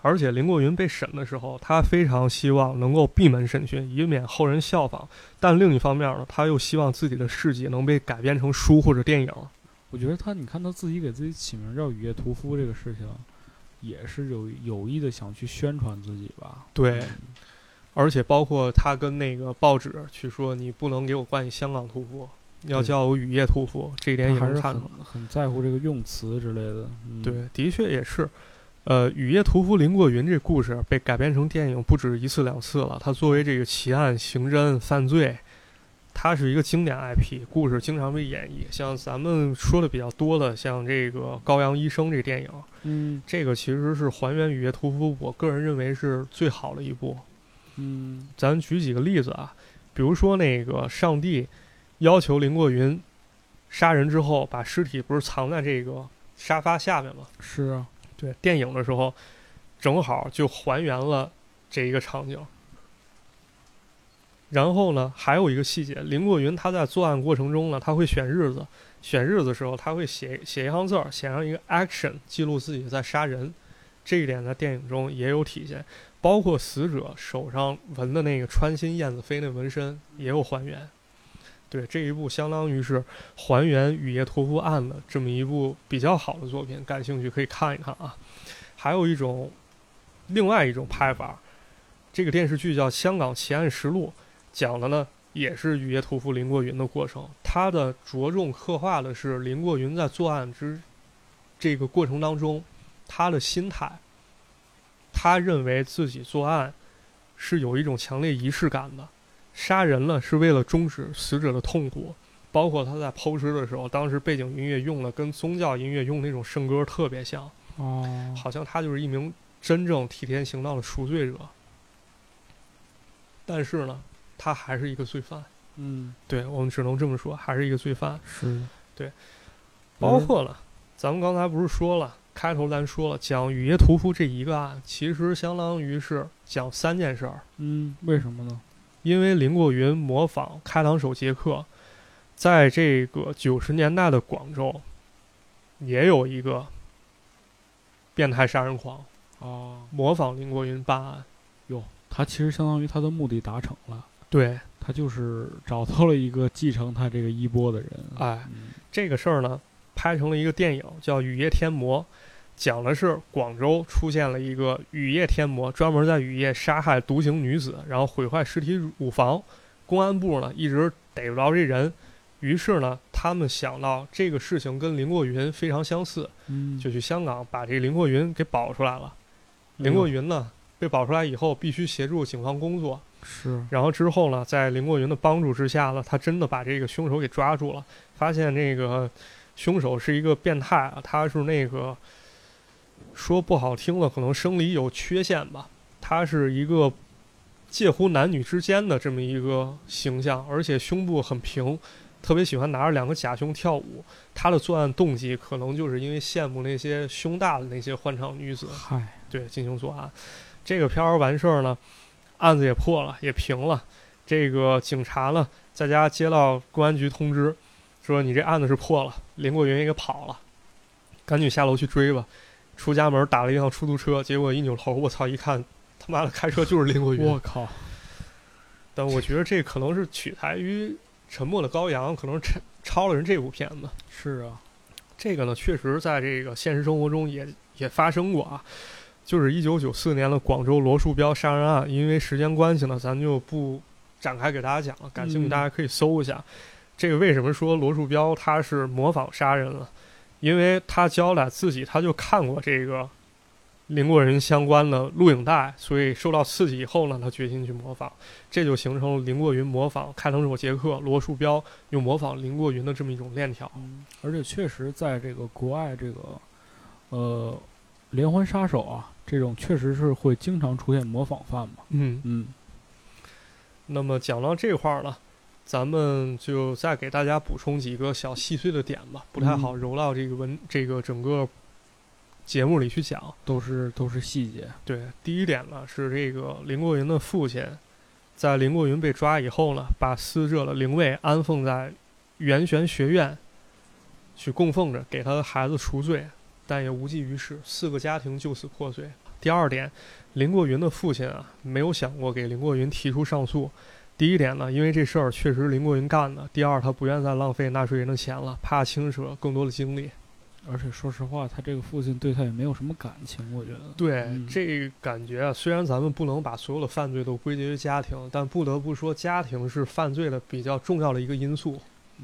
A: 而且林过云被审的时候，他非常希望能够闭门审讯，以免后人效仿。但另一方面呢，他又希望自己的事迹能被改编成书或者电影。
B: 我觉得他，你看他自己给自己起名叫雨夜屠夫这个事情，也是有有意的想去宣传自己吧。
A: 对，而且包括他跟那个报纸去说，你不能给我冠以香港屠夫，要
B: 对
A: 叫我雨夜屠夫，这一点
B: 他
A: 也
B: 还
A: 能
B: 是
A: 看
B: 很
A: 出来。
B: 很在乎这个用词之类的。嗯、
A: 对，的确也是。呃，雨夜屠夫林过云这故事被改编成电影不止一次两次了。它作为这个奇案、刑侦、犯罪，它是一个经典 IP，故事经常被演绎。像咱们说的比较多的，像这个《羔羊医生》这电影，
B: 嗯
A: 这个其实是还原雨夜屠夫，我个人认为是最好的一部。
B: 嗯
A: 咱举几个例子啊，比如说那个上帝要求林过云杀人之后，把尸体不是藏在这个沙发下面吗？
B: 是啊，
A: 对，电影的时候正好就还原了这一个场景。然后呢，还有一个细节，林过云他在作案过程中呢，他会选日子，选日子的时候他会写写一行字儿，写上一个 action，记录自己在杀人。这一点在电影中也有体现，包括死者手上纹的那个穿心燕子飞那纹身也有还原。对，这一部相当于是还原雨夜屠夫案的这么一部比较好的作品，感兴趣可以看一看啊。还有一种，另外一种拍法，这个电视剧叫《香港奇案实录》，讲的呢也是雨夜屠夫林过云的过程。它的着重刻画的是林过云在作案之这个过程当中，他的心态。他认为自己作案是有一种强烈仪式感的，杀人了是为了终止死者的痛苦。包括他在剖尸的时候，当时背景音乐用的跟宗教音乐用那种圣歌特别像，
B: 哦，
A: 好像他就是一名真正替天行道的赎罪者。但是呢，他还是一个罪犯。
B: 嗯，
A: 对我们只能这么说，还是一个罪犯。
B: 是，
A: 包括了，咱们刚才不是说了，开头咱说了，讲雨夜屠夫这一个案，其实相当于是讲三件事儿。
B: 嗯，为什么呢？
A: 因为林过云模仿开膛手杰克，在这个九十年代的广州，也有一个变态杀人狂
B: 哦，
A: 模仿林过云办案。
B: 他其实相当于他的目的达成了，
A: 对，
B: 他就是找到了一个继承他这个衣钵的人。
A: 哎，
B: 嗯
A: 这个事儿呢，拍成了一个电影，叫《雨夜天魔》，讲的是广州出现了一个雨夜天魔，专门在雨夜杀害独行女子，然后毁坏尸体乳房。公安部呢一直逮不着这人，于是呢，他们想到这个事情跟林过云非常相似，
B: 嗯，
A: 就去香港把这林过云给保出来了。
B: 哎呦
A: 林过云呢被保出来以后，必须协助警方工作，
B: 是，
A: 然后之后呢，在林过云的帮助之下呢，他真的把这个凶手给抓住了，发现这个凶手是一个变态啊，他是那个说不好听了，可能生理有缺陷吧，他是一个介乎男女之间的这么一个形象，而且胸部很平。特别喜欢拿着两个假胸跳舞，他的作案动机可能就是因为羡慕那些胸大的那些欢场女子，
B: 嗨，
A: 对，进行作案。这个片儿完事儿呢，案子也破了，也平了。这个警察呢，在家接到公安局通知，说你这案子是破了，林国云也给跑了，赶紧下楼去追吧。出家门打了一辆出租车，结果一扭头，我操！一看，他妈的开车就是林国云
B: 我。靠，
A: 但我觉得这可能是取材于《沉默的羔羊》，可能抄 抄了人这部片子。
B: 是啊，
A: 这个呢，确实在这个现实生活中也也发生过啊，就是一九九四年的广州罗树标杀人案。因为时间关系呢，咱就不展开给大家讲了，感兴趣
B: 嗯
A: 大家可以搜一下。这个为什么说罗树标他是模仿杀人了？因为他交代自己他就看过这个林过人相关的录影带，所以受到刺激以后呢，他决心去模仿，这就形成了林过云模仿开膛手杰克、罗树标又模仿林过云的这么一种链条。
B: 嗯，而且确实在这个国外这个，呃，连环杀手啊，这种确实是会经常出现模仿犯嘛。
A: 嗯，
B: 嗯，
A: 那么讲到这块儿呢，咱们就再给大家补充几个小细碎的点吧，不太好揉到这个文、这个整个节目里去讲。
B: 都是都是细节。
A: 对，第一点呢是这个林过云的父亲，在林过云被抓以后呢，把死者的灵位安奉在圆玄学院去供奉着，给他的孩子赎罪，但也无济于事，四个家庭就此破碎。第二点，林过云的父亲啊，没有想过给林过云提出上诉。第一点呢，因为这事儿确实林过云干的；第二，他不愿再浪费纳税人的钱了，怕牵扯更多的精力。
B: 而且说实话，他这个父亲对他也没有什么感情，我觉得。
A: 对，
B: 嗯
A: 这感觉啊，虽然咱们不能把所有的犯罪都归结于家庭，但不得不说，家庭是犯罪的比较重要的一个因素。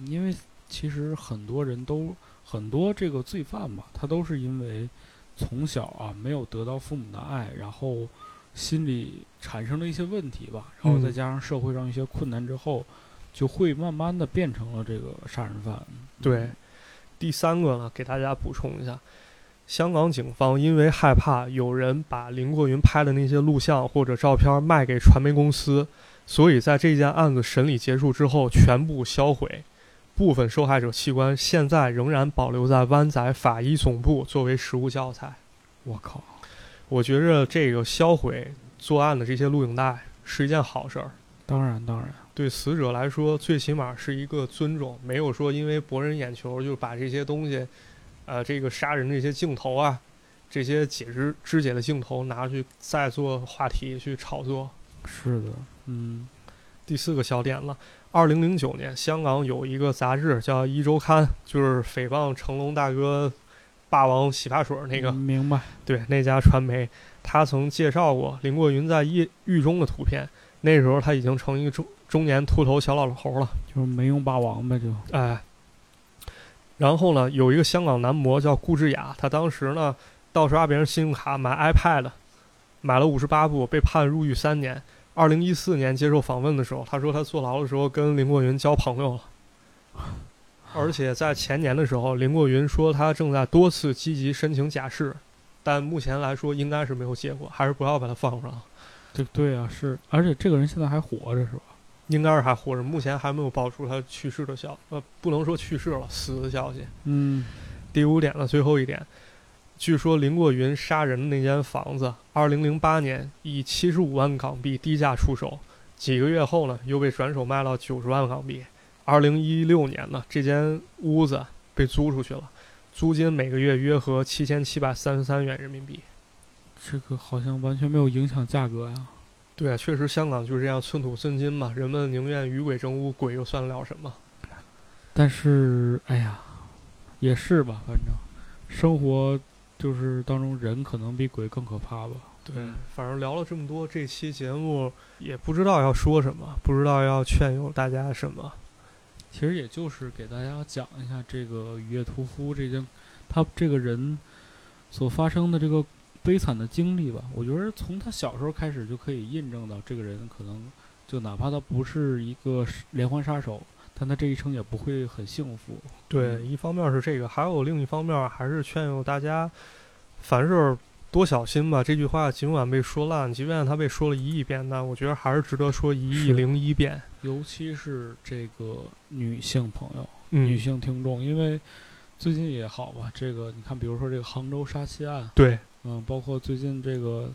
B: 因为其实很多人都很多这个罪犯吧，他都是因为从小啊没有得到父母的爱，然后心里产生了一些问题吧，然后再
A: 嗯
B: 加上社会上一些困难之后，就会慢慢的变成了这个杀人犯。嗯
A: 对，第三个呢，给大家补充一下，香港警方因为害怕有人把林过云拍的那些录像或者照片卖给传媒公司，所以在这件案子审理结束之后，全部销毁。部分受害者器官现在仍然保留在湾仔法医总部作为实物教材。
B: 我靠，
A: 我觉着这个销毁作案的这些录影带是一件好事儿，
B: 当然当然，
A: 对死者来说最起码是一个尊重，没有说因为博人眼球就把这些东西，呃，这个杀人这些镜头啊， 这些解肢肢解的镜头拿去再做话题去炒作。
B: 是的，嗯，
A: 第四个小点了，二零零九年香港有一个杂志叫《一周刊》，就是诽谤成龙大哥霸王洗发水儿那个。
B: 明白，
A: 对那家传媒，他曾介绍过林过云在狱狱中的图片。那时候他已经成一个中中年秃头小老头了，
B: 就是没用霸王呗，就
A: 哎。然后呢，有一个香港男模叫顾志雅，他当时呢盗刷别人信用卡买 iPad，买了五十八部，被判入狱三年。二零一四年接受访问的时候，他说他坐牢的时候跟林过云交朋友了，而且在前年的时候，林过云说他正在多次积极申请假释，但目前来说应该是没有结果，还是不要把他放上。
B: 对对啊，是，而且这个人现在还活着是吧？
A: 应该是还活着，目前还没有爆出他去世的消，呃，不能说去世了，死的消息。
B: 嗯，
A: 第五点的最后一点，据说林过云杀人的那间房子，二零零八年以七十五万港币低价出手，几个月后呢又被转手卖到九十万港币。二零一六年呢，这间屋子被租出去了，租金每个月约合七千七百三十三元人民币。
B: 这个好像完全没有影响价格呀、
A: 对啊，确实香港就是这样，寸土寸金嘛，人们宁愿与鬼争污，鬼又算得了什么？
B: 但是，哎呀，也是吧，反正生活就是当中人可能比鬼更可怕吧。
A: 对
D: 嗯，
A: 反正聊了这么多，这期节目也不知道要说什么，不知道要劝诱大家什么。
B: 其实也就是给大家讲一下这个雨夜屠夫这件，他这个人所发生的这个悲惨的经历吧。我觉得从他小时候开始就可以印证到，这个人可能就哪怕他不是一个连环杀手，但他这一生也不会很幸福。嗯
A: 对，一方面是这个，还有另一方面还是劝诱大家，凡事多小心吧。这句话尽管被说烂，即便他被说了一亿遍，但我觉得还是值得说一亿
B: 是嗯
A: 零一遍。
B: 尤其是这个女性朋友、女
A: 嗯，
B: 性听众，因为最近也好吧，这个你看，比如说这个杭州杀妻案，
A: 对，
B: 嗯，包括最近这个，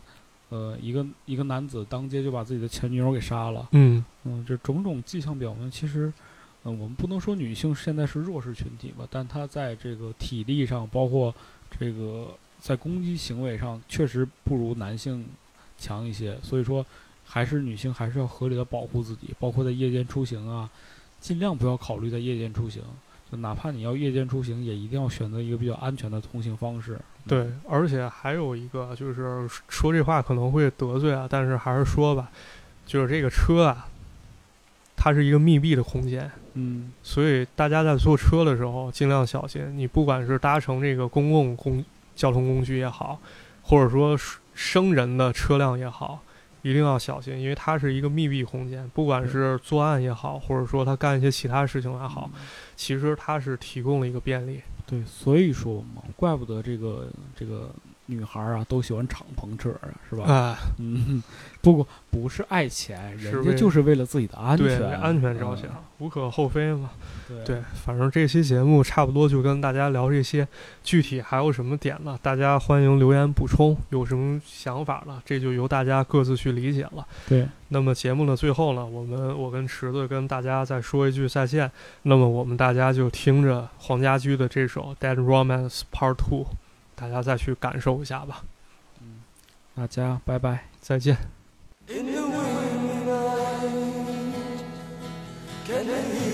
B: 呃，一个一个男子当街就把自己的前女友给杀了，
A: 嗯，
B: 嗯，这种种迹象表明，其实，嗯、我们不能说女性现在是弱势群体吧，但她在这个体力上，包括这个在攻击行为上，确实不如男性强一些。所以说，还是女性还是要合理的保护自己，包括在夜间出行啊，尽量不要考虑在夜间出行，就哪怕你要夜间出行，也一定要选择一个比较安全的通行方式。嗯
A: 对，而且还有一个就是说这话可能会得罪啊，但是还是说吧，就是这个车啊，它是一个密闭的空间，
B: 嗯，
A: 所以大家在坐车的时候尽量小心。你不管是搭乘这个公共公交通工具也好，或者说是生人的车辆也好，一定要小心，因为它是一个密闭空间。不管是作案也好，或者说他干一些其他事情也
B: 嗯
A: 好，其实它是提供了一个便利。
B: 对，所以说嘛，怪不得这个这个女孩儿啊都喜欢敞篷车啊，是吧？
A: 哎，
B: 嗯，不过不是爱钱，
A: 是
B: 人
A: 为
B: 家就是为了自己的安
A: 哎对，
B: 全，
A: 为安全着
B: 嗯
A: 想，，无可厚非嘛。
B: 对
A: 对，反正这期节目差不多就跟大家聊这些，具体还有什么点呢？大家欢迎留言补充，有什么想法呢？这就由大家各自去理解了。
B: 对
A: 那么节目的最后呢，我们我跟池子跟大家再说一句再见。那么我们大家就听着黄家驹的这首《Dead Romance Part Two》，大家再去感受一下吧。
B: 大家拜拜。
A: 再见。
C: In the wind, can you hear?